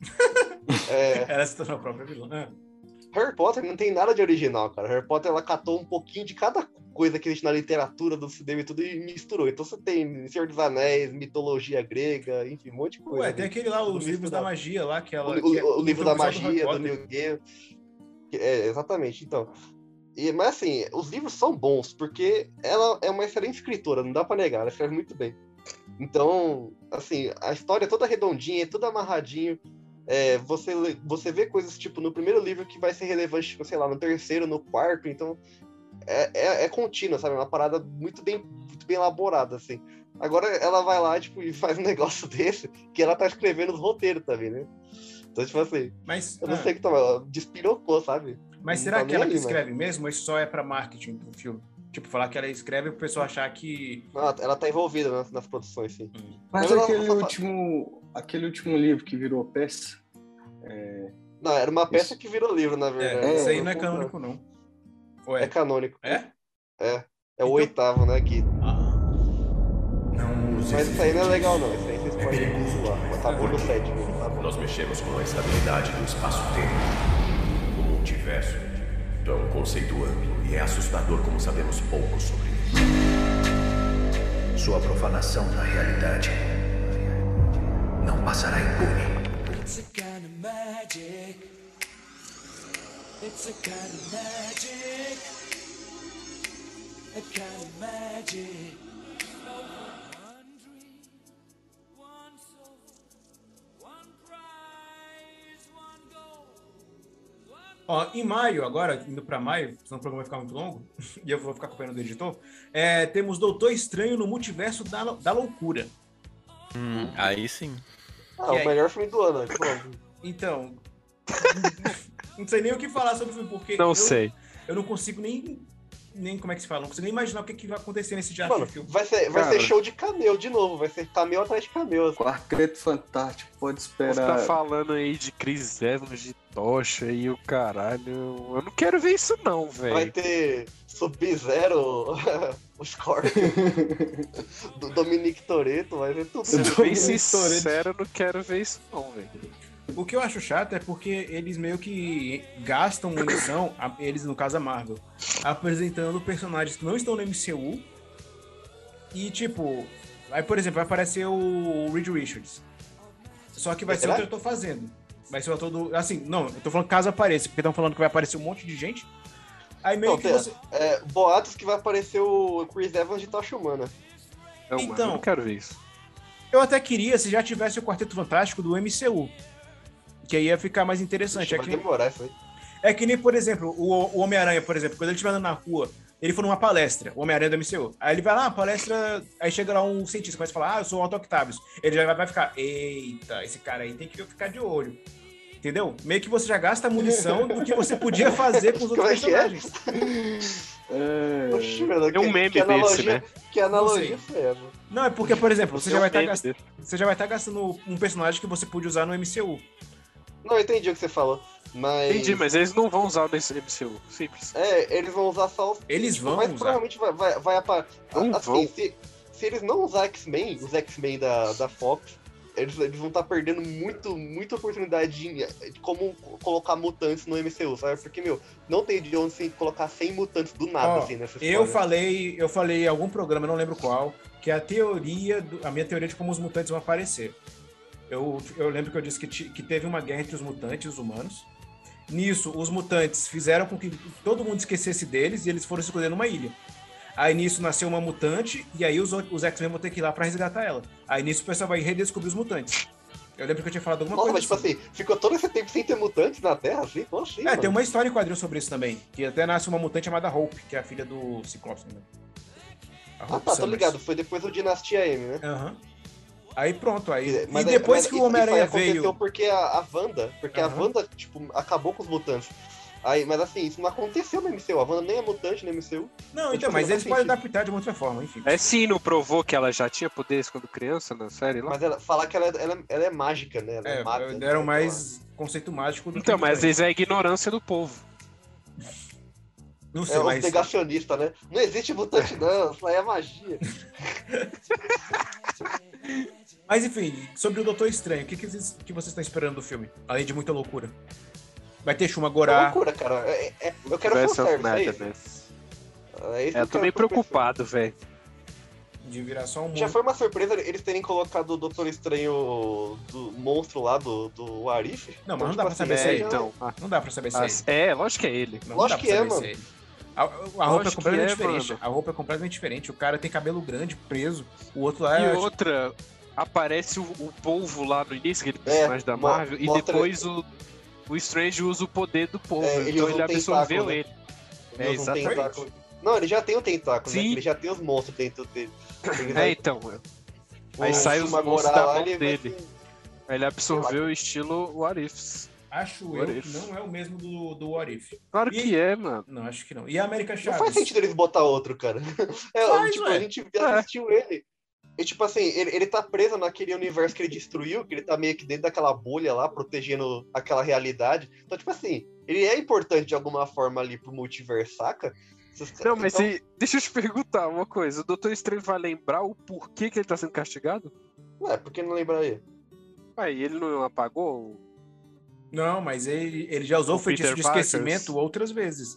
Speaker 8: É,
Speaker 6: Ela se tornou a própria vilã. Ah,
Speaker 8: Harry Potter não tem nada de original, cara. Harry Potter ela catou um pouquinho de cada coisa que existe na literatura, do cinema e tudo, e misturou. Então você tem Senhor dos Anéis, mitologia grega, enfim, um monte de coisa.
Speaker 6: Ué, tem aquele lá,
Speaker 8: Tudo
Speaker 6: os livros da
Speaker 8: misturado.
Speaker 6: magia lá, que
Speaker 8: O,
Speaker 6: ela. que é
Speaker 8: o- o livro da
Speaker 6: introdução
Speaker 8: magia, do
Speaker 6: Harry Potter.
Speaker 8: Neil Gaiman. É, exatamente, então. E, mas assim, os livros são bons, porque ela é uma excelente escritora, não dá pra negar, ela escreve muito bem. Então, assim, a história é toda redondinha, é toda amarradinho. É, você, lê- você vê coisas, tipo, no primeiro livro que vai ser relevante, tipo, sei lá, no terceiro, no quarto, então é, é, é contínua, sabe? É uma parada muito bem, muito bem elaborada, assim. Agora ela vai lá, tipo, e faz um negócio desse, que ela tá escrevendo os roteiros também, né? Então, tipo assim,
Speaker 6: Mas,
Speaker 8: eu não
Speaker 6: ah,
Speaker 8: sei o que tomar, ela despirocou, sabe?
Speaker 6: mas
Speaker 8: não
Speaker 6: será
Speaker 8: tá
Speaker 6: que ela
Speaker 8: nem
Speaker 6: que
Speaker 8: aí, mano.
Speaker 6: escreve mesmo? ou Isso só é pra marketing do filme? Tipo, falar que ela escreve pro pessoal achar que.
Speaker 8: Não, ela- ela tá envolvida nas, nas produções, sim.
Speaker 10: Mas,
Speaker 8: Mas ela-
Speaker 10: aquele,
Speaker 8: ela-
Speaker 10: último, aquele último livro que virou peça. é,
Speaker 8: Não, era uma peça
Speaker 10: Isso.
Speaker 8: que virou livro, na verdade.
Speaker 6: É, isso aí não é
Speaker 8: Eu-
Speaker 6: canônico, não.
Speaker 8: É
Speaker 6: Ué.
Speaker 8: canônico.
Speaker 6: É?
Speaker 8: É o
Speaker 6: Então-
Speaker 8: oitavo, né, Gui?
Speaker 6: Ah,
Speaker 2: Não use
Speaker 8: Mas
Speaker 2: esse
Speaker 8: isso aí não é
Speaker 2: feitiço.
Speaker 8: legal, não. Isso aí vocês podem zoar. Acabou no sétimo, tá bom.
Speaker 1: Nós mexemos com a estabilidade do espaço-tempo, do multiverso. É um conceito amplo e é assustador como sabemos pouco sobre ele. Sua profanação da realidade não passará impune.
Speaker 6: Ó, em maio, agora, indo pra maio, senão o programa vai ficar muito longo, e eu vou ficar com pena do editor, é, temos Doutor Estranho no Multiverso da, da Loucura.
Speaker 9: Hum, Aí sim.
Speaker 8: Ah,
Speaker 6: E
Speaker 8: o
Speaker 6: aí?
Speaker 8: melhor filme do ano, né? Pronto.
Speaker 6: Então. não sei nem o que falar sobre o filme, porque.
Speaker 7: Não
Speaker 6: eu,
Speaker 7: sei.
Speaker 6: Eu não consigo nem. Nem como é que se fala, não consigo nem imaginar o que, que vai acontecer nesse diário
Speaker 8: Mano,
Speaker 6: de filme.
Speaker 8: vai ser, vai
Speaker 7: Cara.
Speaker 8: ser show de cameo de novo. Vai ser cameo atrás de cameo. assim.
Speaker 10: Quarteto Fantástico, pode
Speaker 7: Você tá
Speaker 10: esperar.
Speaker 7: falando aí de Chris Evans, de tocha e o caralho. Eu não quero ver isso não,
Speaker 8: Vai
Speaker 7: velho.
Speaker 8: ter Sub-Zero, o Scorpion, do Dominic Toretto, vai ver tudo.
Speaker 7: Sendo bem
Speaker 10: Dominic
Speaker 7: sincero, eu não quero ver isso não, velho.
Speaker 6: O que eu acho chato é porque eles meio que gastam munição, a- eles no caso a Marvel, apresentando personagens que não estão no MCU. E tipo, aí por exemplo, vai aparecer o Reed Richards. Só que vai ser o
Speaker 8: Será?
Speaker 6: que eu tô fazendo. Vai ser o ator do. Assim, não, eu tô falando caso apareça, porque estão falando que vai aparecer um monte de gente. Aí meio
Speaker 8: Não,
Speaker 6: que
Speaker 8: tem-
Speaker 6: você.
Speaker 8: É, boatos que vai aparecer o Chris Evans de Tocha Humana.
Speaker 7: Não, mano,
Speaker 6: Então.
Speaker 7: eu não quero ver isso.
Speaker 6: Eu até queria se já tivesse o Quarteto Fantástico do MCU. Que aí ia ficar mais interessante.
Speaker 8: Ixi,
Speaker 6: É
Speaker 8: vai
Speaker 6: que nem-
Speaker 8: demorar isso aí.
Speaker 6: É que nem, por exemplo, o, o Homem-Aranha, por exemplo, quando ele estiver andando na rua Ele foi numa palestra, o Homem-Aranha do MCU. Aí ele vai lá, palestra, aí chega lá um cientista, começa a falar, ah, eu sou o Otto Octavius. Ele já vai, vai ficar, eita, esse cara aí tem que ficar de olho. Entendeu? Meio que você já gasta a munição do que você podia fazer com os outros
Speaker 8: Como é
Speaker 6: personagens.
Speaker 8: É... Poxa,
Speaker 7: Tem um meme desse, né?
Speaker 8: Que analogia foi essa?
Speaker 6: Não, é porque, por exemplo, você
Speaker 7: Tem
Speaker 6: já
Speaker 7: um
Speaker 6: vai estar
Speaker 7: meme
Speaker 6: gastando,
Speaker 7: desse.
Speaker 6: você já vai estar gastando um personagem que você podia usar no MCU.
Speaker 8: Não, eu entendi o que você falou. Mas.
Speaker 7: Entendi, mas eles não vão usar nesse MCU. Simples.
Speaker 8: É, eles vão usar só os.
Speaker 6: Eles vão
Speaker 8: mas
Speaker 6: usar.
Speaker 8: provavelmente vai, vai, vai apa-
Speaker 7: Não
Speaker 8: assim,
Speaker 7: vão.
Speaker 8: Se, se eles não usar X-Men, os X-Men da, da Fox, eles, eles vão estar perdendo muito, muita oportunidade eh, de, de como colocar mutantes no MCU, sabe? Porque, meu, não tem de onde se colocar 100 mutantes do nada,
Speaker 6: Ó,
Speaker 8: assim, nessa história.
Speaker 6: Eu falei, eu falei em algum programa, eu não lembro qual, que a teoria, do- a minha teoria de como os mutantes vão aparecer. Eu, eu lembro que eu disse que, ti- que teve uma guerra entre os mutantes e os humanos. Nisso, os mutantes fizeram com que todo mundo esquecesse deles e eles foram se esconder numa ilha. Aí nisso nasceu uma mutante e aí os, outros- os X-Men vão ter que ir lá pra resgatar ela. Aí nisso o pessoal vai redescobrir os mutantes. Eu lembro que eu tinha falado alguma
Speaker 8: Nossa,
Speaker 6: coisa.
Speaker 8: mas tipo
Speaker 6: assim.
Speaker 8: assim, ficou todo esse tempo sem ter mutantes na Terra, assim? Poxa,
Speaker 6: É, tem uma história em quadrinho sobre isso também. Que até nasce uma mutante chamada Hope, que é a filha do Ciclope. Né? A
Speaker 8: Ah, tá, tô ligado.
Speaker 6: assim.
Speaker 8: Foi depois do Dinastia M, né?
Speaker 6: Aham. Aí pronto, aí.
Speaker 8: Mas
Speaker 6: e
Speaker 8: aí-
Speaker 6: depois
Speaker 8: mas é
Speaker 6: que o
Speaker 8: isso-
Speaker 6: Homem-Aranha
Speaker 8: isso aí aconteceu
Speaker 6: veio.
Speaker 8: porque a, a Wanda, porque a
Speaker 6: Aham.
Speaker 8: Wanda, tipo, acabou com os mutantes. Aí, mas assim, isso não aconteceu no MCU. A Wanda nem é mutante no MCU.
Speaker 6: Não,
Speaker 8: tipo,
Speaker 6: então,
Speaker 8: não
Speaker 6: mas
Speaker 8: faz
Speaker 6: eles podem
Speaker 8: sentido.
Speaker 6: adaptar de uma outra forma, enfim.
Speaker 7: É sim, não provou que ela já tinha poderes quando criança na série lá?
Speaker 8: Mas ela, falar que ela, é- ela, é- ela é mágica, né? Ela é,
Speaker 6: É,
Speaker 8: maga, sei
Speaker 6: deram
Speaker 8: lá.
Speaker 6: mais conceito mágico do
Speaker 7: Então,
Speaker 6: que
Speaker 7: mas
Speaker 6: mutante.
Speaker 7: isso é a ignorância do povo.
Speaker 6: Não sei,
Speaker 8: É um
Speaker 6: mas.
Speaker 8: negacionista, né? Não existe mutante, não. Isso aí é magia.
Speaker 6: Mas enfim, sobre o Doutor Estranho, o que, que, vocês- que vocês estão esperando do filme? Além de muita loucura. Vai ter Shuma
Speaker 8: É uma
Speaker 6: Gorá.
Speaker 8: loucura, cara. É- é- é- eu quero
Speaker 7: Versus
Speaker 8: fanservice, é isso.
Speaker 7: Madness.
Speaker 8: É, isso
Speaker 7: né? É,
Speaker 8: que
Speaker 7: eu tô meio
Speaker 8: eu pensando.
Speaker 7: preocupado, velho.
Speaker 6: De virar só um
Speaker 8: Já
Speaker 6: mundo.
Speaker 8: foi uma surpresa eles terem colocado o Doutor Estranho do monstro lá do, do Arif. tipo assim,
Speaker 6: Não, mas não dá pra saber se
Speaker 7: É,
Speaker 6: aí,
Speaker 7: então. ah,
Speaker 6: Não dá pra saber se é
Speaker 7: ah,
Speaker 6: ele.
Speaker 7: é, lógico que é ele.
Speaker 6: Não
Speaker 8: Lógico
Speaker 6: dá pra
Speaker 8: que é,
Speaker 6: saber se
Speaker 8: mano.
Speaker 6: ele. A, a roupa é
Speaker 7: que
Speaker 6: completamente
Speaker 7: é,
Speaker 6: diferente.
Speaker 7: mano.
Speaker 6: A roupa é completamente diferente. O cara tem cabelo grande, preso. O outro lá
Speaker 7: E
Speaker 6: é.
Speaker 7: outra, aparece o, o polvo lá no início, aquele
Speaker 8: É,
Speaker 7: personagem da
Speaker 8: mo-
Speaker 7: Marvel, e
Speaker 8: mostra-
Speaker 7: depois o, o Strange usa o poder do polvo.
Speaker 8: É, ele
Speaker 7: então
Speaker 8: usa
Speaker 7: ele
Speaker 8: um
Speaker 7: absorveu
Speaker 8: tentáculo, né?
Speaker 7: ele. É,
Speaker 8: Eles não têm
Speaker 7: exatamente.
Speaker 8: tentáculo. Não, ele já tem o tentáculo, né?
Speaker 7: Sim.
Speaker 8: Ele já tem os monstros dentro dele. Ele
Speaker 7: É,
Speaker 8: vai-
Speaker 7: então.
Speaker 8: o
Speaker 7: aí sai os
Speaker 8: Shumagorá
Speaker 7: monstros da
Speaker 8: um lá,
Speaker 7: mão
Speaker 8: ele vai assim,
Speaker 7: dele.
Speaker 8: ter-
Speaker 7: Ele absorveu o estilo Warifs.
Speaker 6: Acho
Speaker 7: What
Speaker 6: eu
Speaker 7: if?
Speaker 6: que não é o mesmo do, do What If.
Speaker 7: Claro
Speaker 6: E-
Speaker 7: que é, mano.
Speaker 6: Não, acho que não. E a América
Speaker 8: Não
Speaker 6: Chaves?
Speaker 8: faz sentido eles botar outro, cara. É,
Speaker 6: Faz,
Speaker 8: tipo,
Speaker 6: ué.
Speaker 8: a gente assistiu ele. E tipo assim, ele, ele tá preso naquele universo que ele destruiu, que ele tá meio que dentro daquela bolha lá, protegendo aquela realidade. Então, tipo assim, ele é importante de alguma forma ali pro multiverso, saca? Esses-
Speaker 7: Não, mas
Speaker 8: então,
Speaker 7: e- deixa eu te perguntar uma coisa. O Doutor Estranho vai lembrar o porquê que ele tá sendo castigado?
Speaker 8: Ué, por que não lembraria?
Speaker 7: Ué, e ele não apagou?
Speaker 6: Não, mas ele, ele já usou o,
Speaker 7: O
Speaker 6: feitiço
Speaker 7: Peter
Speaker 6: de
Speaker 7: Parker.
Speaker 6: esquecimento outras vezes.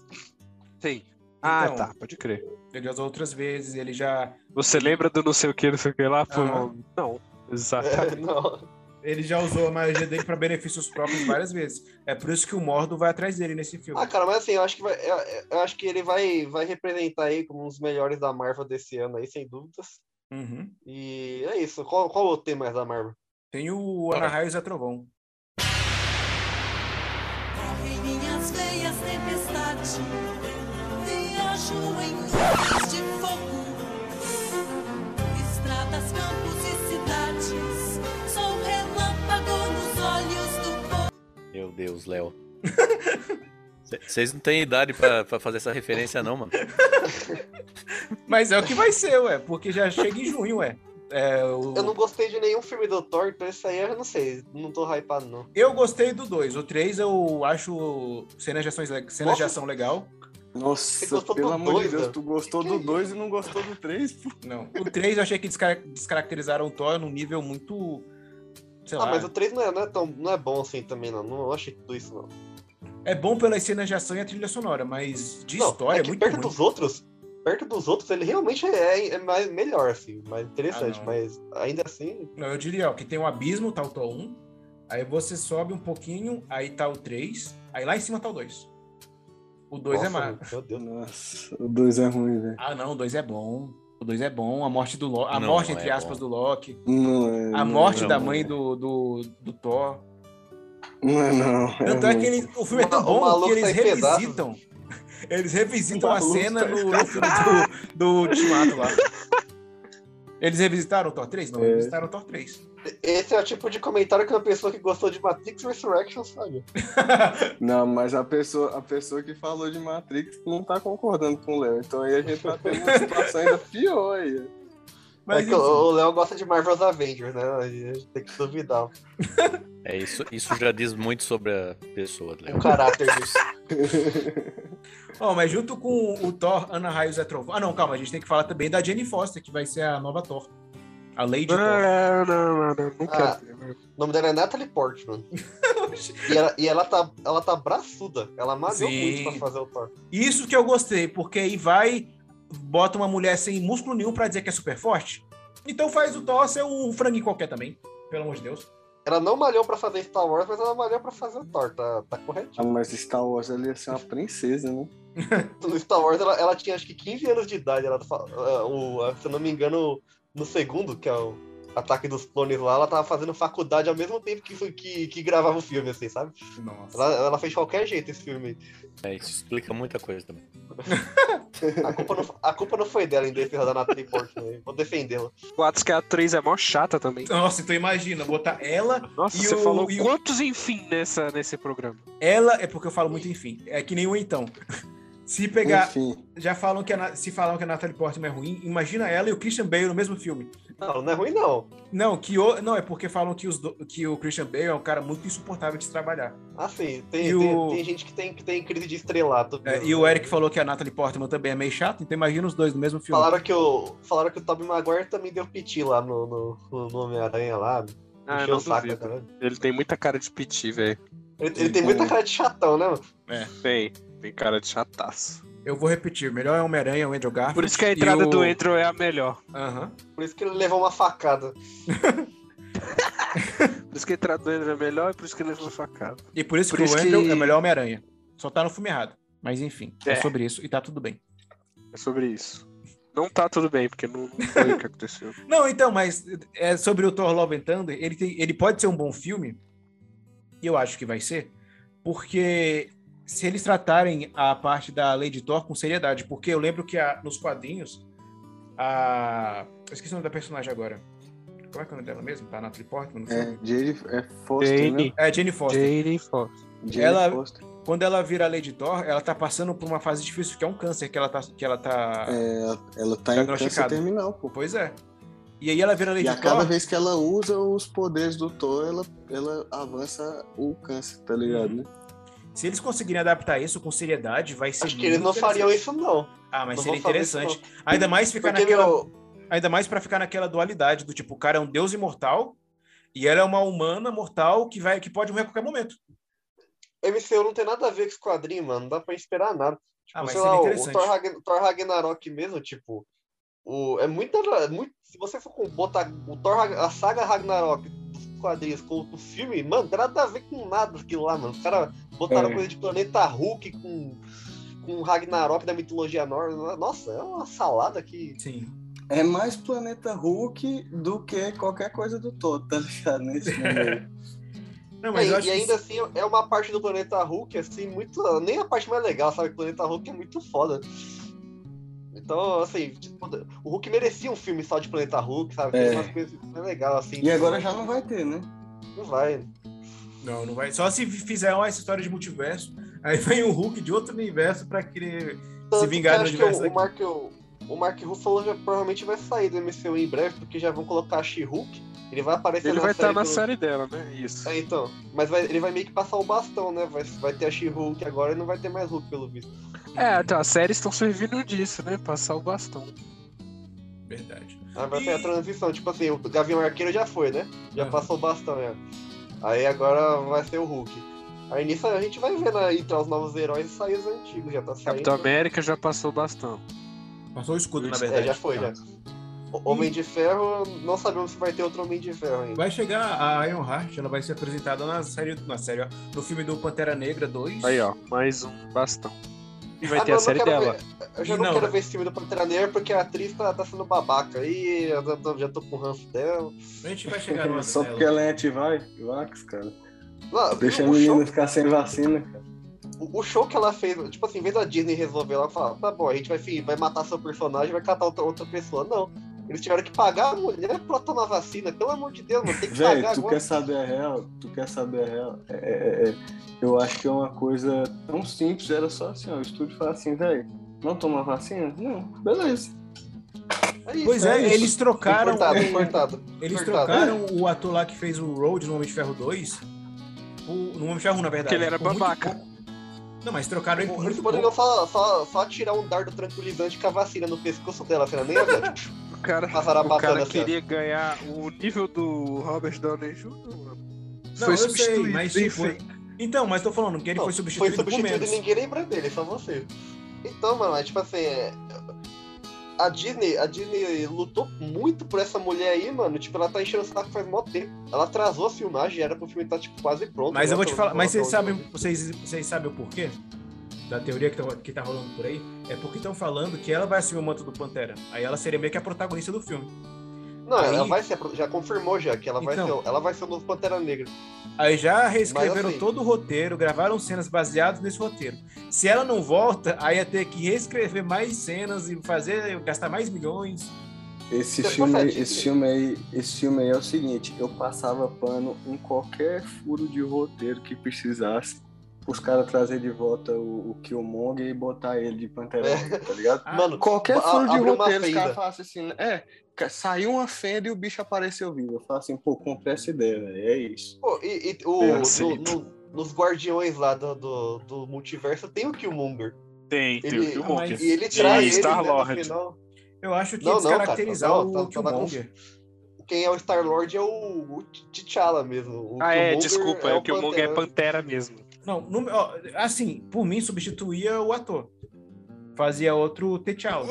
Speaker 7: Sim. Ah,
Speaker 6: Então.
Speaker 7: tá, pode crer.
Speaker 6: Ele já usou outras vezes, ele já.
Speaker 7: Você lembra do não sei o que, não sei o que lá? Pô,
Speaker 6: Aham.
Speaker 7: Não, Ah. É, exatamente.
Speaker 8: É, não.
Speaker 6: Ele já usou a magia dele pra benefícios próprios várias vezes. É por isso que o Mordo vai atrás dele nesse filme.
Speaker 8: Ah, cara, mas assim, eu acho que, vai- eu- eu acho que ele vai, vai representar aí como um dos melhores da Marvel desse ano aí, sem dúvidas.
Speaker 6: Uhum.
Speaker 8: E é isso. Qual, qual o tema mais da Marvel?
Speaker 6: Tem o Ana Raio e o Zé Trovão.
Speaker 11: Em minhas veias tempestade, viajo em nuvens de fogo. Estradas, campos e cidades, sou um relâmpago nos olhos do povo.
Speaker 9: Meu Deus, Léo. Vocês não têm idade pra, pra fazer essa referência, não, mano.
Speaker 6: Mas é o que vai ser, ué, porque já chega em junho, ué. É, o-
Speaker 8: Eu não gostei de nenhum filme do Thor, então isso aí eu já não sei. Não tô hypado, não.
Speaker 6: Eu gostei do 2. O 3 eu acho cenas de, ações, le- cenas de
Speaker 8: Nossa.
Speaker 6: ação legal.
Speaker 8: Você
Speaker 10: Nossa,
Speaker 8: gostou
Speaker 10: pelo
Speaker 8: do
Speaker 10: amor
Speaker 8: dois,
Speaker 10: de Deus,
Speaker 8: velho?
Speaker 10: tu gostou
Speaker 8: Que
Speaker 10: do
Speaker 8: que é
Speaker 10: 2 e não gostou do 3, pô.
Speaker 6: Não. O 3 eu achei que descar- descaracterizaram o Thor num nível muito. Sei
Speaker 8: Ah,
Speaker 6: lá.
Speaker 8: mas o 3 não é, não é tão, não é bom assim também, não. Não achei tudo isso, não.
Speaker 6: É bom pelas cenas de ação e a trilha sonora, mas de
Speaker 8: não,
Speaker 6: história
Speaker 8: é
Speaker 6: é,
Speaker 8: que
Speaker 6: muito
Speaker 8: perto
Speaker 6: ruim.
Speaker 8: dos outros, perto dos outros, ele realmente é, é mais, melhor, assim, mais interessante,
Speaker 6: Ah, não.
Speaker 8: mas ainda assim.
Speaker 6: Não, eu diria, ó, que tem um abismo, tá o Thor 1. Aí você sobe um pouquinho, aí tá o 3. Aí lá em cima tá o 2. O 2 é
Speaker 8: nossa,
Speaker 6: má.
Speaker 8: Meu Deus.
Speaker 10: Nossa, o 2 é ruim, velho.
Speaker 6: Ah, não, o 2 é bom. O 2 é bom. A morte do Loki. A
Speaker 9: Não,
Speaker 6: morte,
Speaker 9: não
Speaker 6: entre
Speaker 9: é
Speaker 6: aspas, do Loki.
Speaker 10: Não é.
Speaker 6: A
Speaker 10: não
Speaker 6: morte
Speaker 10: é,
Speaker 6: da
Speaker 10: não
Speaker 6: mãe
Speaker 10: é.
Speaker 6: do, do, do Thor.
Speaker 10: Não é, não.
Speaker 6: Tanto é
Speaker 10: ruim.
Speaker 6: que ele- o filme é
Speaker 8: O
Speaker 6: tão
Speaker 8: maluco
Speaker 6: bom que eles
Speaker 8: tá em pedaços. tá
Speaker 6: revisitam. Eles revisitam a cena no, no filme do, do Ultimato lá. Eles revisitaram o Thor 3? Não,
Speaker 8: É.
Speaker 6: revisitaram o Thor 3.
Speaker 8: Esse é o tipo de comentário que uma pessoa que gostou de Matrix Resurrections faria.
Speaker 10: Não, mas a pessoa, a pessoa que falou de Matrix não tá concordando com o Léo. Então aí a gente tá tendo uma situação ainda pior aí.
Speaker 8: é que o- o Léo gosta de Marvel's Avengers, né? A gente tem que duvidar.
Speaker 9: É, isso, isso já diz muito sobre a pessoa, Léo.
Speaker 8: O caráter
Speaker 6: Ó, mas junto com o Thor, Ana Raios é Trovão. Ah, não, calma, a gente tem que falar também da Jenny Foster, que vai ser a nova Thor. A Lady Thor.
Speaker 7: Não, não, não, não, não
Speaker 8: Ah,
Speaker 7: quero.
Speaker 8: o nome dela é Natalie Portman. e ela, e ela tá, ela tá braçuda. Ela malhou
Speaker 6: Sim.
Speaker 8: muito pra fazer o Thor.
Speaker 6: Isso que eu gostei, porque aí vai, bota uma mulher sem músculo nenhum pra dizer que é super forte. Então faz o Thor ser um franguinho qualquer também, pelo amor de Deus.
Speaker 8: Ela não malhou pra fazer Star Wars, mas ela malhou pra fazer o Thor. Tá, tá corretinho.
Speaker 10: Ah, mas Star Wars ela ia ser uma princesa, né?
Speaker 8: No Star Wars, ela, ela tinha acho que 15 anos de idade. Ela, fa- ah, o- ah, se eu não me engano, no segundo, que é o Ataque dos Clones lá, ela tava fazendo faculdade ao mesmo tempo que, isso- que, que gravava o filme, assim, sabe?
Speaker 6: Nossa.
Speaker 8: Ela, ela fez de qualquer jeito esse filme.
Speaker 9: É, isso explica muita coisa também.
Speaker 8: A culpa não, a culpa não foi dela em defesa da Natalie Portman. eu Vou defendê-la.
Speaker 7: Boatos que a atriz é mó chata também.
Speaker 6: Nossa, então imagina, botar ela
Speaker 7: Nossa,
Speaker 6: e
Speaker 7: você
Speaker 6: o-
Speaker 7: falou
Speaker 6: e o-
Speaker 7: quantos enfim nessa, nesse programa?
Speaker 6: Ela é porque eu falo muito enfim. É que nem o então. Se pegar.
Speaker 10: Enfim.
Speaker 6: Já falam que a, Na- se falam que a Natalie Portman é ruim, imagina ela e o Christian Bale no mesmo filme.
Speaker 8: Não, não é ruim, não.
Speaker 6: Não, que o, não é porque falam que, os do- que o Christian Bale é um cara muito insuportável de se trabalhar.
Speaker 8: Assim, tem,
Speaker 6: E
Speaker 8: tem,
Speaker 6: o-
Speaker 8: tem gente que tem, que tem crise de estrelato.
Speaker 6: É,
Speaker 8: mesmo.
Speaker 6: e o Eric falou que a Natalie Portman também é meio chata, então imagina os dois no mesmo filme.
Speaker 8: Falaram que o, falaram que o Tobey Maguire também deu piti lá no, no, no Homem-Aranha lá.
Speaker 7: Ah, eu
Speaker 8: encheu
Speaker 7: não
Speaker 8: o saco,
Speaker 7: duvido.
Speaker 8: cara.
Speaker 7: Ele tem muita cara de piti, velho.
Speaker 8: Ele, ele tem muita cara de chatão, né? mano?
Speaker 7: Tem, tem cara de chataço.
Speaker 6: Eu vou repetir, o melhor é o Homem-Aranha, o Andrew Garfield.
Speaker 7: Por isso que a
Speaker 6: e
Speaker 7: entrada
Speaker 6: o-
Speaker 7: do Andrew é a melhor.
Speaker 6: Aham.
Speaker 8: Por isso que ele levou uma facada.
Speaker 7: Por isso que a entrada do Andrew é a melhor e por isso que ele levou a facada.
Speaker 6: E por isso
Speaker 7: Por
Speaker 6: que
Speaker 7: isso
Speaker 6: o Andrew
Speaker 7: que-
Speaker 6: é o melhor Homem-Aranha. Só tá no filme errado. Mas enfim, é.
Speaker 7: É.
Speaker 6: sobre isso e tá tudo bem.
Speaker 7: É sobre isso. Não tá tudo bem, porque não, não foi o que aconteceu.
Speaker 6: Não, então, mas é sobre o Thor Love and Thunder, ele, tem, ele pode ser um bom filme, e eu acho que vai ser, porque se eles tratarem a parte da Lady Thor com seriedade, porque eu lembro que a- nos quadrinhos, a... Eu esqueci o nome da personagem agora. Como é que é o nome dela mesmo? Tá na Portman? Não sei.
Speaker 10: É, Jane é Foster, né?
Speaker 6: É, Jane Foster.
Speaker 7: Jane Foster.
Speaker 10: Jane
Speaker 6: Ela-
Speaker 10: Foster.
Speaker 6: Quando ela vira Lady Thor, ela tá passando por uma fase difícil, que é um câncer que ela tá... Que ela tá...
Speaker 10: É, ela tá em câncer
Speaker 6: Diagnosticado.
Speaker 10: terminal, pô.
Speaker 6: Pois é. E aí ela vira Lady
Speaker 10: E a
Speaker 6: Thor...
Speaker 10: cada vez que ela usa os poderes do Thor, ela, ela avança o câncer, tá ligado, né?
Speaker 6: Uhum. Se eles conseguirem adaptar isso com seriedade, vai ser
Speaker 8: Acho que eles
Speaker 6: muito
Speaker 8: não fariam
Speaker 6: interessante.
Speaker 8: isso, não.
Speaker 6: Ah, mas
Speaker 8: Não
Speaker 6: seria
Speaker 8: vão fazer isso,
Speaker 6: interessante. Ainda mais ficar
Speaker 8: Porque,
Speaker 6: naquela,
Speaker 8: meu,
Speaker 6: ainda mais para ficar naquela dualidade do tipo, o cara é um deus imortal e ela é uma humana mortal que vai que pode morrer a qualquer momento.
Speaker 8: MCU não tem nada a ver com esse quadrinho, mano. Não dá pra esperar nada. Tipo,
Speaker 6: Ah, mas
Speaker 8: sei
Speaker 6: seria
Speaker 8: lá, o
Speaker 6: interessante.
Speaker 8: Thor, Ragn- Thor Ragnarok mesmo, tipo. O... É muito, é muito. Se você for com- botar o Thor, Rag- a saga Ragnarok dos quadrinhos com o do filme, mano, tem nada a ver com nada aquilo lá, mano. Os caras botaram
Speaker 6: É.
Speaker 8: coisa de planeta Hulk com. Com o Ragnarok da mitologia nórdica. Nossa, é uma salada que.
Speaker 6: Sim.
Speaker 10: É mais planeta Hulk do que qualquer coisa do Thor, tá ligado? Nesse mundo aí.
Speaker 6: Não, mas
Speaker 8: É,
Speaker 6: eu
Speaker 8: e
Speaker 6: acho que-
Speaker 8: ainda assim, é uma parte do planeta Hulk, assim, muito. Nem a parte mais legal, sabe? O planeta Hulk é muito foda. Então, assim, tipo, o Hulk merecia um filme só de planeta Hulk, sabe? Tem
Speaker 10: É.
Speaker 8: umas coisas mais legais, assim.
Speaker 10: E agora já não vai ter, né?
Speaker 8: Não vai.
Speaker 6: não, não vai. Só se fizer uma história de multiverso, aí vem o Hulk de outro universo pra querer se
Speaker 8: Tanto
Speaker 6: vingar
Speaker 8: que
Speaker 6: do
Speaker 8: acho que
Speaker 6: universo.
Speaker 8: o, o
Speaker 6: daqui.
Speaker 8: Mark, o, o Mark Ruffalo já provavelmente vai sair do MCU em breve, porque já vão colocar a She-Hulk. Ele vai aparecer
Speaker 7: Ele
Speaker 8: na
Speaker 7: vai
Speaker 8: série
Speaker 7: estar na
Speaker 8: do-
Speaker 7: série dela, né? Isso.
Speaker 8: É, então. Mas vai- ele vai meio que passar o bastão, né? Vai, vai ter a She-Hulk agora e não vai ter mais Hulk, pelo visto.
Speaker 7: É, então, as séries estão servindo disso, né? Passar o bastão.
Speaker 6: Verdade.
Speaker 8: Ah, vai ter a
Speaker 6: E-
Speaker 8: transição, tipo assim, o Gavião Arqueiro já foi, né? Já
Speaker 6: Aham.
Speaker 8: passou o bastão, né? Aí agora vai ser o Hulk. Aí nisso a gente vai vendo aí entrar os novos heróis e sair os antigos, já tá saindo.
Speaker 7: Capitão América já passou o bastão.
Speaker 6: Passou o escudo, na
Speaker 7: É,
Speaker 6: verdade. Tá.
Speaker 8: já foi, já. O- Homem de Ferro, não sabemos se vai ter outro Homem de Ferro ainda.
Speaker 6: Vai chegar a Ironheart, ela vai ser apresentada na série, na série, ó, no filme do Pantera Negra 2.
Speaker 7: Aí, ó, mais um bastão. E vai
Speaker 8: Ah,
Speaker 7: ter a
Speaker 8: não, eu não
Speaker 7: série
Speaker 8: quero
Speaker 7: dela.
Speaker 8: ver- eu já
Speaker 6: E
Speaker 8: não,
Speaker 6: não,
Speaker 8: quero
Speaker 6: né?
Speaker 8: ver esse filme do Pantera Negra porque a atriz tá, tá sendo babaca aí, eu já tô, já tô com o ranço dela.
Speaker 6: A gente vai chegar no
Speaker 10: Só porque ela é anti-vax, cara.
Speaker 8: Não,
Speaker 10: Deixa a
Speaker 8: o,
Speaker 10: menina
Speaker 8: show,
Speaker 10: ficar sem vacina, cara.
Speaker 8: o, o show que ela fez, tipo assim, em vez da Disney resolver ela falar, tá bom, a gente vai, fi- vai matar seu personagem, vai catar outra, outra pessoa. Não. Eles tiveram que pagar a mulher pra tomar vacina, pelo amor de Deus, mano, tem que
Speaker 10: Véi,
Speaker 8: pagar
Speaker 10: tu
Speaker 8: agora.
Speaker 10: quer saber a real? Tu quer saber a real? É, é, é, eu acho que é uma coisa tão simples, era só assim, ó, o estúdio fala assim, velho, não toma vacina? Não, beleza.
Speaker 8: isso,
Speaker 6: Pois é, eles É. trocaram.
Speaker 8: Cortado,
Speaker 6: o-
Speaker 8: cortado.
Speaker 6: Eles
Speaker 8: cortado.
Speaker 6: trocaram o ator lá que fez o Road no Homem de Ferro 2. por- no Homem de Ferro 1, na verdade.
Speaker 7: Porque ele era
Speaker 6: por muito
Speaker 7: babaca.
Speaker 6: pouco. Não, mas trocaram ele por
Speaker 8: Eles
Speaker 6: muito
Speaker 8: poderiam
Speaker 6: pouco.
Speaker 8: só, só, só tirar um dardo tranquilizante com a vacina no pescoço dela, assim, ela nem ia tipo,
Speaker 7: O cara,
Speaker 8: passar a
Speaker 7: o
Speaker 8: batata.
Speaker 7: cara
Speaker 8: assim, ó.
Speaker 7: queria ganhar o nível do Robert Downey Jr. mano.
Speaker 6: Não,
Speaker 7: Foi
Speaker 6: eu sei,
Speaker 7: substituído,
Speaker 6: mas
Speaker 7: bem
Speaker 6: tipo,
Speaker 7: feito.
Speaker 6: Então, mas tô falando que ele
Speaker 8: Não,
Speaker 6: foi substituído,
Speaker 8: Foi
Speaker 6: por
Speaker 8: substituído e
Speaker 6: menos.
Speaker 8: ninguém lembra dele, só você. Então, mano, mas tipo assim, é, a Disney, a Disney lutou muito por essa mulher aí, mano. Tipo, ela tá enchendo o saco faz mó tempo. Ela atrasou a filmagem, era pro filme estar tipo quase pronto.
Speaker 6: Mas
Speaker 8: né,
Speaker 6: eu vou te
Speaker 8: pra-
Speaker 6: falar,
Speaker 8: pra-
Speaker 6: mas
Speaker 8: pra-
Speaker 6: vocês sabem, vocês, vocês sabem o porquê? Da teoria que tá, que tá rolando por aí? É porque estão falando que ela vai assumir o manto do Pantera. Aí ela seria meio que a protagonista do filme.
Speaker 8: Não, ela
Speaker 6: aí-
Speaker 8: vai ser, já confirmou já que ela vai
Speaker 6: Então.
Speaker 8: ser, ela vai ser o novo Pantera Negra.
Speaker 6: Aí já reescreveram
Speaker 8: Mas, assim-
Speaker 6: todo o roteiro, gravaram cenas baseadas nesse roteiro. Se ela não volta, aí ia ter que reescrever mais cenas e fazer gastar mais milhões.
Speaker 10: Esse
Speaker 8: Você
Speaker 10: filme,
Speaker 8: passa
Speaker 10: aí-
Speaker 8: disso.
Speaker 10: esse, filme aí, esse filme aí é o seguinte, eu passava pano em qualquer furo de roteiro que precisasse os caras trazer de volta o, o Killmonger e botar ele de Pantera
Speaker 8: É.
Speaker 10: Negra, tá ligado?
Speaker 6: Ah,
Speaker 8: mano,
Speaker 10: Qualquer furo de
Speaker 8: abre uma
Speaker 10: roteiro, os
Speaker 8: fenda.
Speaker 10: caras falam assim, é, ca- saiu uma fenda e o bicho apareceu vivo. Eu falo assim, pô, comprei essa ideia, velho, é isso.
Speaker 8: Pô, e, e
Speaker 7: Eu
Speaker 8: o, no,
Speaker 7: aceito.
Speaker 8: no- nos Guardiões lá do, do, do multiverso tem o Killmonger.
Speaker 12: Tem, tem
Speaker 8: Ele-
Speaker 12: o Killmonger.
Speaker 6: mas-
Speaker 8: E ele
Speaker 12: E
Speaker 8: traz ele né, no
Speaker 12: Star-Lord.
Speaker 8: final.
Speaker 6: Eu acho que
Speaker 8: Não, não,
Speaker 6: descaracterizar
Speaker 8: cara, tá-
Speaker 6: o
Speaker 8: tá- tá na
Speaker 6: Killmonger.
Speaker 8: Quem é o Star-Lord é o, o T'Challa mesmo. O
Speaker 7: Ah, é,
Speaker 8: Killmonger
Speaker 7: desculpa, é o Killmonger é
Speaker 8: Pantera.
Speaker 7: Pantera mesmo.
Speaker 6: Não, no- ó, assim, por mim substituía o ator. Fazia outro T'Challa.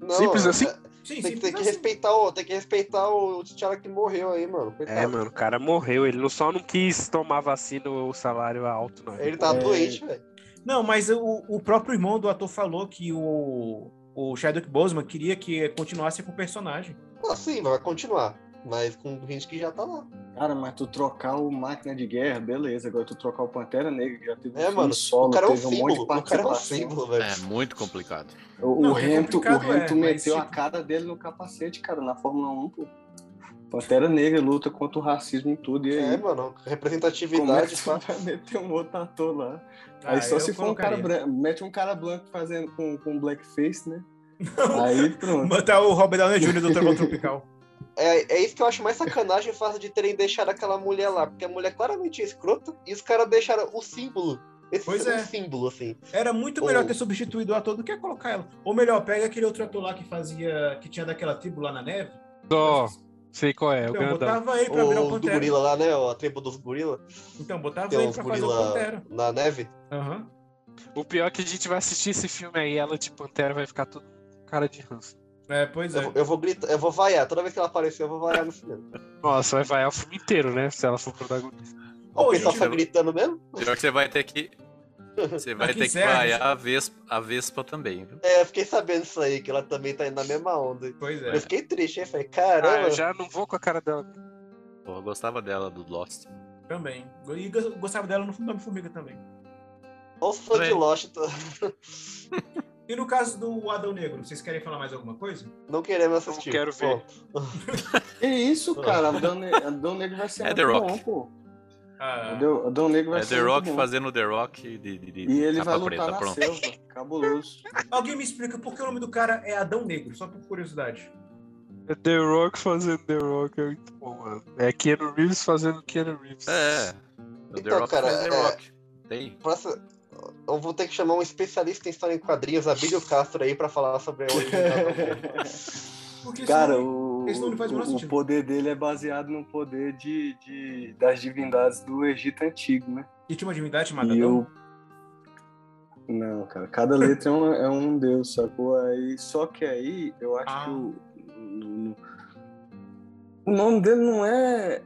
Speaker 8: Não,
Speaker 7: Simples
Speaker 8: é-
Speaker 7: assim?
Speaker 6: Sim,
Speaker 8: Tem,
Speaker 6: sim.
Speaker 8: tem que
Speaker 6: assim.
Speaker 8: respeitar o, tem que respeitar o T'Challa que morreu aí, mano. Coitado.
Speaker 7: É, mano, o cara morreu. Ele não- só não quis tomar vacina o salário é alto, não.
Speaker 8: Ele tá
Speaker 10: É.
Speaker 8: doente, velho.
Speaker 6: Não, mas o, o próprio irmão do ator falou que o, o Chadwick Boseman queria que continuasse com o personagem.
Speaker 8: Ah, sim, vai continuar. Mas com gente que já tá lá.
Speaker 10: Cara, mas tu trocar o Máquina de Guerra, beleza. Agora tu trocar o Pantera Negra, que já teve
Speaker 8: É,
Speaker 10: filme
Speaker 8: mano.
Speaker 10: solo,
Speaker 8: o cara é um
Speaker 10: teve um monte
Speaker 8: símbolo.
Speaker 10: de
Speaker 8: o cara é um
Speaker 10: participação.
Speaker 8: símbolo, velho.
Speaker 9: É muito complicado.
Speaker 10: O,
Speaker 6: Não,
Speaker 10: o
Speaker 6: é
Speaker 10: Rento, o
Speaker 6: complicado,
Speaker 10: Rento
Speaker 6: é, mas,
Speaker 10: meteu a
Speaker 6: tipo-
Speaker 10: cara dele no capacete, cara, na Fórmula 1, pô. Pantera Negra luta contra o racismo e tudo, e
Speaker 8: É,
Speaker 10: aí
Speaker 8: mano.
Speaker 10: como é que
Speaker 8: Representatividade.
Speaker 10: tu vai meter um outro ator lá? aí
Speaker 6: Ah,
Speaker 10: só
Speaker 6: eu
Speaker 10: se for um cara
Speaker 6: colocaria.
Speaker 10: branco, mete um cara branco fazendo com, com blackface, né? Aí pronto.
Speaker 6: Botar o Robert Downey Jr. do Trovão Tropical.
Speaker 8: É, é isso que eu acho mais sacanagem o fato de terem deixado aquela mulher lá. Porque a mulher claramente é escrota e os caras deixaram o símbolo. Esse
Speaker 6: Pois é.
Speaker 8: símbolo, assim.
Speaker 6: Era muito melhor
Speaker 8: Ou-
Speaker 6: ter substituído o ator do que colocar ela. Ou melhor, pega aquele outro ator lá que fazia. que tinha daquela tribo lá na neve.
Speaker 7: Só, sei qual é, o
Speaker 6: Então,
Speaker 7: grandão.
Speaker 6: botava ele pra virar o
Speaker 8: O do
Speaker 6: Pantera.
Speaker 8: gorila lá, né? A tribo dos gorila.
Speaker 6: Então, botava
Speaker 8: Tem
Speaker 6: ele
Speaker 8: uns
Speaker 6: pra fazer o
Speaker 8: gorila
Speaker 6: Pantera.
Speaker 8: na neve.
Speaker 6: Aham.
Speaker 7: O pior é que a gente vai assistir esse filme aí, ela de Pantera vai ficar todo com cara de ranço.
Speaker 6: É, pois
Speaker 8: Eu,
Speaker 6: é.
Speaker 8: vou- eu vou gritar, eu vou vaiar. Toda vez que ela aparecer, eu vou vaiar no cinema.
Speaker 7: Nossa, vai vaiar o filme inteiro, né? Se ela for protagonista.
Speaker 8: O
Speaker 6: Ô, gente,
Speaker 8: pessoal fica gritando mesmo?
Speaker 9: Pior que você vai ter que. Você vai
Speaker 6: Aqui
Speaker 9: ter que
Speaker 6: serve.
Speaker 9: vaiar a Vespa, a Vespa também, viu?
Speaker 8: É, eu fiquei sabendo isso aí, que ela também tá indo na mesma onda.
Speaker 6: Pois é.
Speaker 8: Eu fiquei triste, hein? Falei,
Speaker 7: Ah,
Speaker 8: caramba.
Speaker 7: eu já não vou com a cara dela.
Speaker 9: Pô, eu gostava dela do Lost.
Speaker 6: Também. E go- gostava dela no Nome Formiga também.
Speaker 8: Olha os fãs de
Speaker 9: Também.
Speaker 8: Lost.
Speaker 6: E no caso do Adão Negro, vocês querem falar mais alguma coisa?
Speaker 8: Não queremos
Speaker 7: Não
Speaker 8: assistir.
Speaker 7: quero ver.
Speaker 8: Bom,
Speaker 10: É isso, cara. Adão Ne- Adão Negro vai ser
Speaker 9: É
Speaker 10: muito
Speaker 9: The
Speaker 10: bom,
Speaker 9: Rock.
Speaker 10: pô.
Speaker 6: Ah,
Speaker 10: Entendeu? Adão Negro vai
Speaker 9: É
Speaker 10: ser
Speaker 9: The
Speaker 10: muito
Speaker 9: Rock
Speaker 10: bom.
Speaker 9: fazendo The Rock de, de, de
Speaker 10: E ele
Speaker 9: capa
Speaker 10: vai lutar
Speaker 9: preta,
Speaker 10: na
Speaker 9: pronto.
Speaker 10: selva. Cabuloso.
Speaker 6: alguém me explica por que o nome do cara é Adão Negro, só por curiosidade.
Speaker 7: É The Rock fazendo The Rock é muito bom, mano. É Keanu Reeves fazendo Keanu Reeves.
Speaker 9: É. O The
Speaker 8: Então,
Speaker 9: Rock
Speaker 8: cara,
Speaker 9: faz The
Speaker 8: é-
Speaker 9: Rock. Tem.
Speaker 8: próxima- Eu vou ter que chamar um especialista em história em quadrinhos, Abílio Castro, aí, pra falar sobre a origem
Speaker 6: Porque
Speaker 10: Cara,
Speaker 6: senão-
Speaker 10: o,
Speaker 6: esse nome faz o menor
Speaker 10: o, o
Speaker 6: sentido.
Speaker 10: poder dele é baseado no poder de, de- das divindades do Egito Antigo, né?
Speaker 6: E tinha uma divindade chamada
Speaker 10: e
Speaker 6: Adão?
Speaker 10: eu... Não, cara, cada letra é um, é um deus, sacou? Aí, só que aí, eu acho
Speaker 6: Ah.
Speaker 10: que o, no- o nome dele não é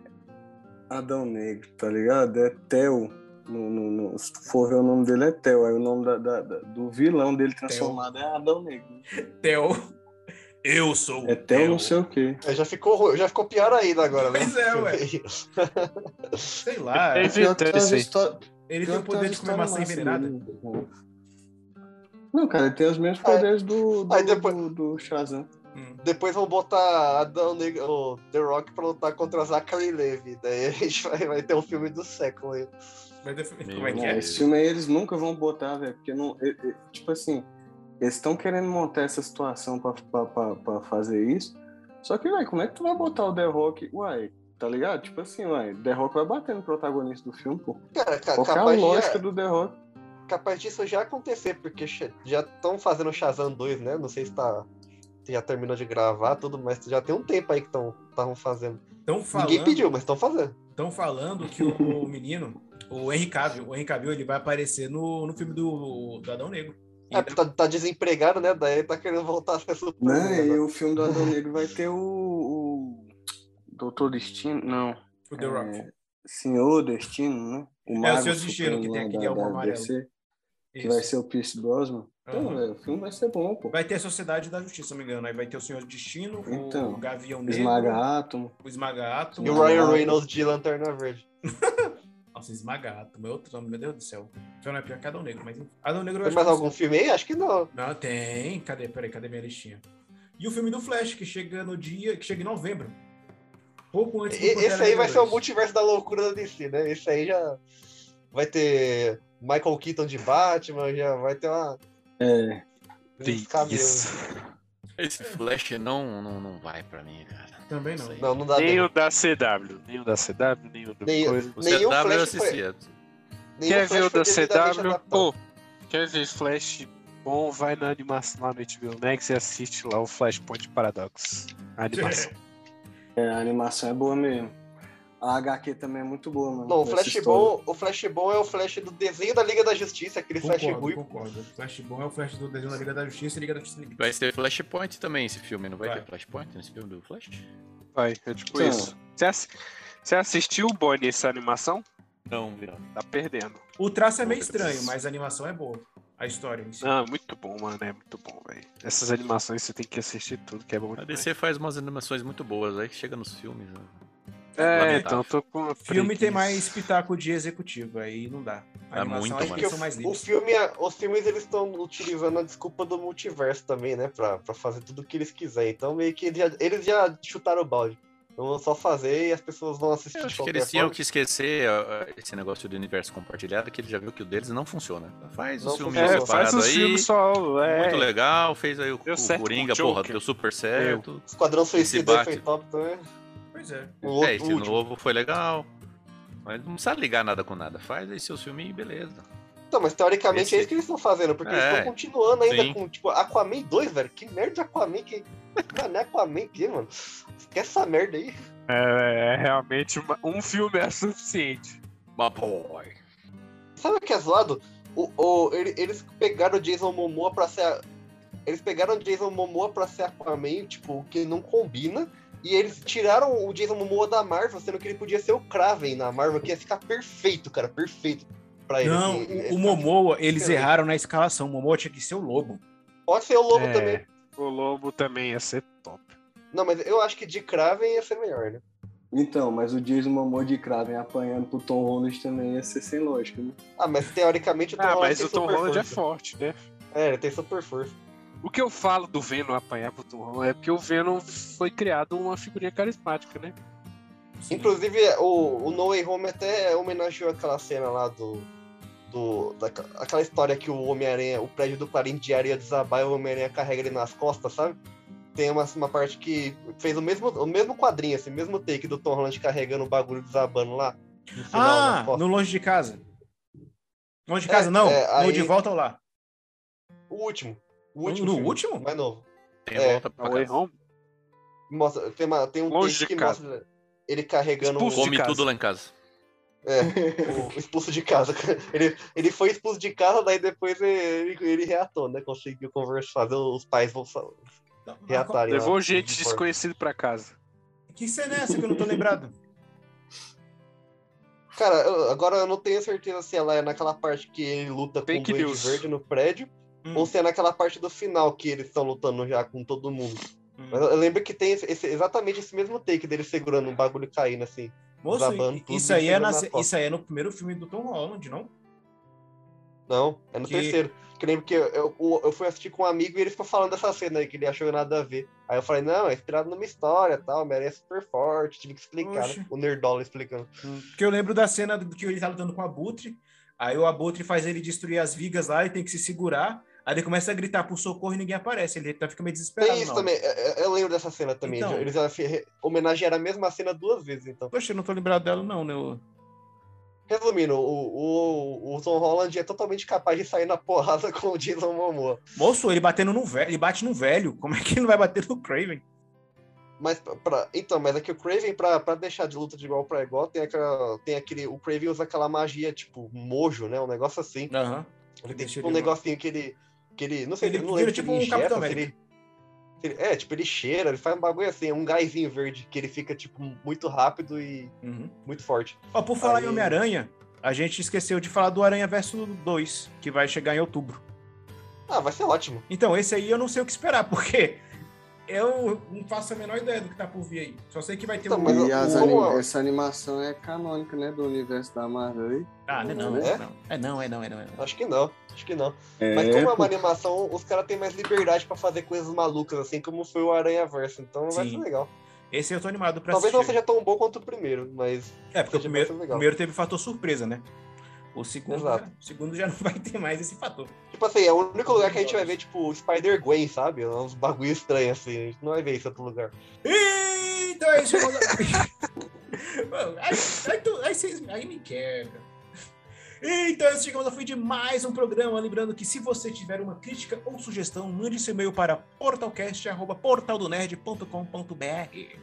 Speaker 10: Adão Negro, tá ligado? É Theo. No, no- no- se tu for ver o nome dele é Theo, aí o nome da- da- da- do vilão dele transformado é Adão Negro.
Speaker 6: Theo. Eu sou o
Speaker 10: É Theo não sei o quê.
Speaker 8: do- É, já ficou ruim, já ficou pior ainda agora, né?
Speaker 6: Pois é, ué. Sei lá.
Speaker 7: É,
Speaker 10: Pior que tem umas
Speaker 7: Sim.
Speaker 10: histó-
Speaker 6: Ele tem o poder de comer maçã envenenada?
Speaker 10: Não, cara, ele tem os mesmos poderes do, do,
Speaker 8: Aí depois-
Speaker 10: do, do Shazam.
Speaker 6: Hum,
Speaker 8: Depois vão botar Adão Negro, o The Rock pra lutar contra Zachary Levy. Daí a gente vai, vai ter o filme do século aí.
Speaker 6: Como é que
Speaker 10: Não,
Speaker 6: é?
Speaker 10: Né, Esse filme aí eles nunca vão botar, velho, porque não. e- e- tipo assim, eles estão querendo montar essa situação pra, pra, pra, pra fazer isso. Só que, velho, como é que tu vai botar o The Rock? Uai, tá ligado? Tipo assim, uai, The Rock vai bater no protagonista do filme, pô.
Speaker 8: Cara, ca-
Speaker 10: Qual que é a
Speaker 8: capaz,
Speaker 10: lógica
Speaker 8: de,
Speaker 10: do The Rock?
Speaker 8: capaz disso já acontecer, porque che- já estão fazendo Shazam 2, né? Não sei se tá. se Já terminou de gravar tudo, mas já tem um tempo aí que estavam fazendo.
Speaker 6: Estão
Speaker 8: Ninguém
Speaker 6: falando,
Speaker 8: pediu, mas estão fazendo.
Speaker 6: tão falando que o, o menino, o Henry Cavill, o Henry Cavill, ele vai aparecer no, no filme do, do Adão Negro.
Speaker 8: É, tá, tá desempregado, né? Daí tá querendo voltar a ser né? super.
Speaker 10: Não, Né, e o filme do Adão Negro vai ter o. o Doutor Destino, não.
Speaker 6: O The
Speaker 10: é.
Speaker 6: Rock.
Speaker 10: Senhor Destino, né?
Speaker 6: É, o
Speaker 10: Mago
Speaker 6: Senhor Destino, que tem
Speaker 10: Supremo lá
Speaker 6: aquele
Speaker 10: da-
Speaker 6: elmo
Speaker 10: da
Speaker 6: amarelo.
Speaker 10: DC, Que
Speaker 6: Isso.
Speaker 10: vai ser o Pierce Brosnan. Então,
Speaker 6: Aham.
Speaker 10: velho, o filme vai ser bom, pô.
Speaker 6: Vai ter a Sociedade da Justiça, se não me engano. Aí vai ter o Senhor Destino,
Speaker 10: Então,
Speaker 6: o Gavião Negro,
Speaker 10: Esmaga Átomo.
Speaker 6: o Esmagato.
Speaker 8: E o Ryan Reynolds de Lanterna Verde.
Speaker 6: Nossa, Esmagato, meu é outro nome, meu Deus do céu. Só não é pior que Adão Negro, mas enfim. Adão Negro eu
Speaker 8: Tem
Speaker 6: acho
Speaker 8: mais
Speaker 6: que-
Speaker 8: algum filme aí? Acho que não.
Speaker 6: Não, tem. Cadê? Peraí, cadê minha listinha? E o filme do Flash, que chega no dia, que chega em novembro. Pouco
Speaker 8: E-
Speaker 6: antes do Pantera
Speaker 8: Esse aí vai
Speaker 6: Negra
Speaker 8: ser o
Speaker 6: 2.
Speaker 8: multiverso da loucura da DC, né? Esse aí já vai ter Michael Keaton de Batman, já vai ter uma.
Speaker 10: É.
Speaker 8: uns cabelos.
Speaker 9: Esse Flash não, não, não vai pra mim, cara.
Speaker 6: Também não.
Speaker 8: Não, não dá
Speaker 7: nem
Speaker 8: tempo.
Speaker 7: o da CW, nem o da CW, nem o do
Speaker 8: Nem-
Speaker 7: coisa.
Speaker 9: O
Speaker 8: Nenhum
Speaker 9: CW eu
Speaker 8: Flash
Speaker 9: assistia.
Speaker 8: Nenhum
Speaker 7: Quer
Speaker 8: Flash tá
Speaker 7: ver o
Speaker 8: foi
Speaker 7: da
Speaker 8: devidamente
Speaker 7: CW?
Speaker 8: adaptado.
Speaker 7: Pô, quer ver Flash bom? Vai na animação lá no HBO Max e assiste lá o Flashpoint Paradox. A animação.
Speaker 10: É, a animação é boa mesmo. A HQ também é muito boa, mano.
Speaker 8: Não, o
Speaker 10: Essa
Speaker 8: Flash
Speaker 10: história.
Speaker 8: bom, o Flash bom é o Flash do desenho da Liga da Justiça, aquele Flash
Speaker 6: Concordo,
Speaker 8: ruim.
Speaker 6: concordo. Flash bom é o Flash do desenho da Liga da Justiça e Liga da Justiça Liga.
Speaker 9: Vai ser Flashpoint também esse filme, não vai,
Speaker 6: Vai.
Speaker 9: ter Flashpoint nesse filme do Flash?
Speaker 7: Vai, é tipo
Speaker 10: Então.
Speaker 7: isso. Você ass- Você assistiu, Bonnie, essa animação?
Speaker 9: Não, não.
Speaker 7: Tá perdendo.
Speaker 6: O traço é meio estranho, mas a animação é boa. A história em si.
Speaker 7: Ah, muito bom, mano. É muito bom, velho. Essas animações você tem que assistir tudo, que é bom
Speaker 9: A
Speaker 7: demais.
Speaker 9: DC faz umas animações muito boas, aí chega nos filmes. né?
Speaker 7: É,
Speaker 9: Lamentável.
Speaker 7: então, tô com uma
Speaker 6: Filme tem
Speaker 7: preguiça.
Speaker 6: mais pitaco de executivo, aí não dá. A
Speaker 9: Dá
Speaker 6: animação
Speaker 9: muito
Speaker 6: aí
Speaker 9: mais.
Speaker 6: eles são mais
Speaker 8: O
Speaker 6: livres.
Speaker 8: filme, é- os filmes eles estão utilizando a desculpa do multiverso também, né? Pra, pra fazer tudo o que eles quiserem. Então meio que eles já, eles já chutaram o balde. Então vão só fazer e as pessoas vão assistir
Speaker 9: Eu
Speaker 8: de
Speaker 9: acho que
Speaker 8: qualquer
Speaker 9: eles tinham
Speaker 8: forma.
Speaker 9: que esquecer ó, esse negócio do universo compartilhado, que ele já viu que o deles não funciona. Faz
Speaker 8: Não
Speaker 9: o filme
Speaker 8: funciona.
Speaker 7: É,
Speaker 8: Os
Speaker 7: faz
Speaker 9: separado
Speaker 7: um
Speaker 9: aí.
Speaker 7: filme só. É,
Speaker 9: Muito legal, fez aí o,
Speaker 7: Deu
Speaker 9: o
Speaker 7: certo com o
Speaker 9: Coringa,
Speaker 7: Joker.
Speaker 9: porra, deu super certo.
Speaker 8: Esquadrão Suicida
Speaker 9: bate.
Speaker 8: foi top também.
Speaker 6: Pois é.
Speaker 8: O outro,
Speaker 9: é, esse
Speaker 8: último.
Speaker 9: novo foi legal. Mas não precisa ligar nada com nada. Faz aí seu filme e beleza.
Speaker 8: Então, mas teoricamente
Speaker 9: Esse-
Speaker 8: é isso que eles estão fazendo, porque eles
Speaker 9: É,
Speaker 8: estão continuando ainda
Speaker 9: sim.
Speaker 8: com, tipo, Aquaman 2, velho. Que merda de Aquaman que. Mano, é Aquaman que, mano? Esquece essa merda aí.
Speaker 7: é, é realmente uma- um filme é suficiente.
Speaker 9: Mas, boy.
Speaker 8: Sabe o que é zoado? O, o- ele- eles pegaram o Jason Momoa pra ser. a- Eles pegaram o Jason Momoa pra ser Aquaman, tipo, que não combina. E eles tiraram o Jason Momoa da Marvel, sendo que ele podia ser o Kraven na Marvel, que ia ficar perfeito, cara, perfeito pra ele.
Speaker 6: Não,
Speaker 8: assim,
Speaker 6: o,
Speaker 8: ele-
Speaker 6: o Momoa, eles
Speaker 8: Excelente.
Speaker 6: erraram na escalação. O Momoa tinha que ser o Lobo.
Speaker 8: Pode ser o Lobo
Speaker 7: É,
Speaker 8: também.
Speaker 7: O Lobo também ia ser top.
Speaker 8: Não, mas eu acho que de Kraven ia ser melhor, né?
Speaker 10: Então, mas o Jason Momoa de Kraven apanhando pro Tom Holland também ia ser sem lógica, né?
Speaker 8: Ah, mas teoricamente o Tom
Speaker 7: Ah,
Speaker 8: Holland
Speaker 7: mas
Speaker 8: tem
Speaker 7: o Tom
Speaker 8: super
Speaker 7: Holland é
Speaker 8: força.
Speaker 7: forte, né?
Speaker 8: É, ele tem super força.
Speaker 7: O que eu falo do Venom apanhar pro Tom Holland é porque o Venom foi criado uma figurinha carismática, né?
Speaker 8: Inclusive, o, o No Way Home até homenageou aquela cena lá do. do da, aquela história que o Homem-Aranha, o prédio do Clarim de areia desabar e o Homem-Aranha carrega ele nas costas, sabe? Tem uma, uma parte que fez o mesmo, o mesmo quadrinho, assim, o mesmo take do Tom Holland carregando o bagulho desabando lá. no final, nas
Speaker 6: Ah,
Speaker 8: costas.
Speaker 6: no Longe de Casa. Longe de
Speaker 8: É,
Speaker 6: Casa, não.
Speaker 8: é,
Speaker 6: no
Speaker 8: aí-
Speaker 6: De Volta ao Lá.
Speaker 8: O último. O
Speaker 6: No-
Speaker 8: último.
Speaker 6: no
Speaker 8: filme,
Speaker 6: último?
Speaker 8: Mais novo.
Speaker 9: Tem
Speaker 8: É,
Speaker 9: volta tá pra
Speaker 7: O Way
Speaker 9: casa.
Speaker 7: Home.
Speaker 8: Mostra, tem, uma, tem um
Speaker 7: Longe
Speaker 8: take
Speaker 7: de
Speaker 8: que
Speaker 7: casa.
Speaker 8: mostra ele carregando um
Speaker 7: Expulso
Speaker 8: o,
Speaker 9: Come
Speaker 7: de casa.
Speaker 9: um tudo lá em casa.
Speaker 8: o expulso de casa. Ele, ele foi expulso de casa, daí depois ele, ele reatou, né? Conseguiu conversar, fazer os pais vão sa- reatarem. lá.
Speaker 7: Levou gente desconhecida pra casa.
Speaker 6: Que cena é essa que eu não tô lembrado?
Speaker 8: Cara, eu- agora eu não tenho certeza se ela é naquela parte que ele luta com o
Speaker 7: Fake
Speaker 8: Duende
Speaker 7: news.
Speaker 8: Verde no prédio,
Speaker 6: Hum,
Speaker 8: ou se é naquela parte do final que eles estão lutando já com todo mundo.
Speaker 6: hum.
Speaker 8: Mas eu eu lembro que tem esse- esse- exatamente esse mesmo take dele segurando um bagulho caindo assim.
Speaker 6: Moço,
Speaker 8: Desabando tudo
Speaker 6: isso,
Speaker 8: e
Speaker 6: aí é
Speaker 8: chegando
Speaker 6: na,
Speaker 8: nas
Speaker 6: se-
Speaker 8: costas.
Speaker 6: isso aí é no primeiro filme do Tom Holland, não?
Speaker 8: Não, é no
Speaker 6: Que-
Speaker 8: terceiro. Que eu lembro que eu, eu, eu fui assistir com um amigo e ele ficou falando dessa cena aí, que ele achou nada a ver. Aí eu falei, não, é inspirado numa história tal, merece super forte, tive que explicar,
Speaker 6: Oxe.
Speaker 8: né? O Nerdola explicando.
Speaker 6: Porque eu lembro da cena do que ele tá lutando com o Abutre, aí o Abutre faz ele destruir as vigas lá, ele tem que se segurar, aí ele começa a gritar por socorro e ninguém aparece, ele tá, fica meio desesperado.
Speaker 8: Tem isso
Speaker 6: não.
Speaker 8: também, é, eu, eu lembro dessa cena também.
Speaker 6: Então.
Speaker 8: Eles já fe- homenagearam a mesma cena duas vezes, então.
Speaker 6: Poxa, eu não tô lembrado dela não, né? ô?
Speaker 8: Resumindo, o, o, o Tom Holland é totalmente capaz de sair na porrada com o Jason Momoa.
Speaker 6: Moço, ele batendo no velho, ele bate no velho, como é que ele não vai bater no Craven?
Speaker 8: Mas pra- pra- então, mas é que o Craven, pra, pra deixar de luta de igual pra igual, tem, aquela, tem aquele. O Craven usa aquela magia, tipo, mojo, né? Um negócio assim.
Speaker 6: Aham.
Speaker 8: Ele tem
Speaker 6: Deixa
Speaker 8: tipo um
Speaker 6: ele lá.
Speaker 8: negocinho que ele. Que ele não sei,
Speaker 6: Ele
Speaker 8: não lembro
Speaker 6: vira
Speaker 8: se
Speaker 6: tipo
Speaker 8: ele
Speaker 6: um
Speaker 8: injeta,
Speaker 6: Capitão
Speaker 8: se ele- se ele- É, tipo, ele cheira, ele faz um bagulho assim, é um gásinho verde, que ele fica, tipo, muito rápido e
Speaker 6: Uhum.
Speaker 8: muito forte.
Speaker 6: Ó, por falar em
Speaker 8: Aí-
Speaker 6: Homem-Aranha, a gente esqueceu de falar do Aranha Verso 2, que vai chegar em outubro.
Speaker 8: Ah, vai ser ótimo.
Speaker 6: Então, esse aí eu não sei o que esperar, porque eu não faço a menor ideia do que tá por vir aí. Só sei que vai ter
Speaker 8: Então,
Speaker 6: um...
Speaker 8: mas
Speaker 10: E as
Speaker 8: o-
Speaker 10: anima-
Speaker 8: o-
Speaker 10: essa animação é canônica, né? Do universo da Marvel. aí.
Speaker 6: Ah, não é não,
Speaker 8: É?
Speaker 6: não. É não, é não, é não. É não.
Speaker 8: Acho que não, acho que não.
Speaker 10: É,
Speaker 8: Mas como é
Speaker 10: pô.
Speaker 8: uma animação, os caras têm mais liberdade pra fazer coisas malucas, assim como foi o Aranha Verso, então vai
Speaker 6: Sim.
Speaker 8: ser legal.
Speaker 6: Esse eu tô animado pra
Speaker 8: Talvez não
Speaker 6: assistir.
Speaker 8: seja tão bom quanto o primeiro, mas.
Speaker 6: É, porque o
Speaker 8: seja
Speaker 6: primeiro,
Speaker 8: bastante
Speaker 6: o
Speaker 8: legal.
Speaker 6: primeiro teve o fator surpresa, né? O segundo,
Speaker 8: Exato.
Speaker 6: o segundo já não vai ter mais esse fator.
Speaker 8: Tipo assim, é o único lugar que a gente vai ver, tipo, o Spider-Gwen, sabe? É Uns bagulho estranho, assim. A gente não vai ver isso em outro lugar.
Speaker 6: Então é isso. quando- Mano, aí, aí, tu- aí vocês- aí me quebra. Então, é isso, chegamos ao fim de mais um programa. Lembrando que se você tiver uma crítica ou sugestão, mande seu e-mail para portalcast.portaldonerd.com.br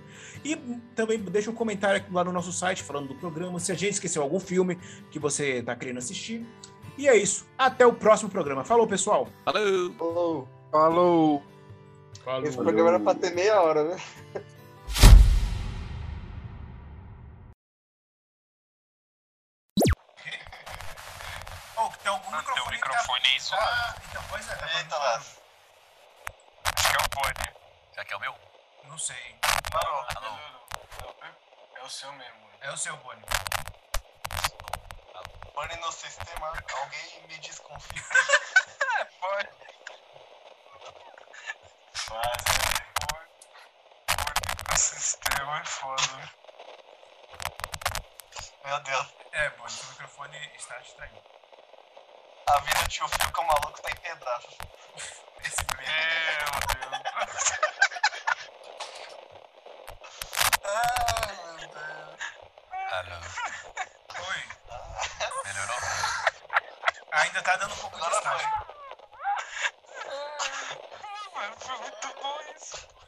Speaker 6: E também deixa um comentário aqui lá no nosso site falando do programa, se a gente esqueceu algum filme que você está querendo assistir. E é isso. Até o próximo programa. Falou, pessoal.
Speaker 9: Falou!
Speaker 8: Falou.
Speaker 7: Falou!
Speaker 6: Falou.
Speaker 8: Então, Esse programa era pra ter meia hora, né?
Speaker 6: então, o
Speaker 9: tá
Speaker 6: microfone,
Speaker 7: microfone isolado.
Speaker 6: então, pois é,
Speaker 8: Eita, lá.
Speaker 7: Acho que é o fone.
Speaker 9: Será que é o meu?
Speaker 6: Não sei.
Speaker 9: Alô?
Speaker 8: É o seu mesmo.
Speaker 6: É o seu, Boni.
Speaker 8: Pane no sistema, alguém me desconfia. é
Speaker 7: O sistema é foda.
Speaker 8: Meu Deus,
Speaker 6: É, Boni, seu microfone está estranho.
Speaker 8: a vida do tio Fio que é o maluco tá em assim. pedaços.
Speaker 9: É, Alô?
Speaker 6: Oi,
Speaker 9: Melhorou?
Speaker 6: ainda tá dando um pouco de estágio.
Speaker 7: Mano, foi muito bom isso.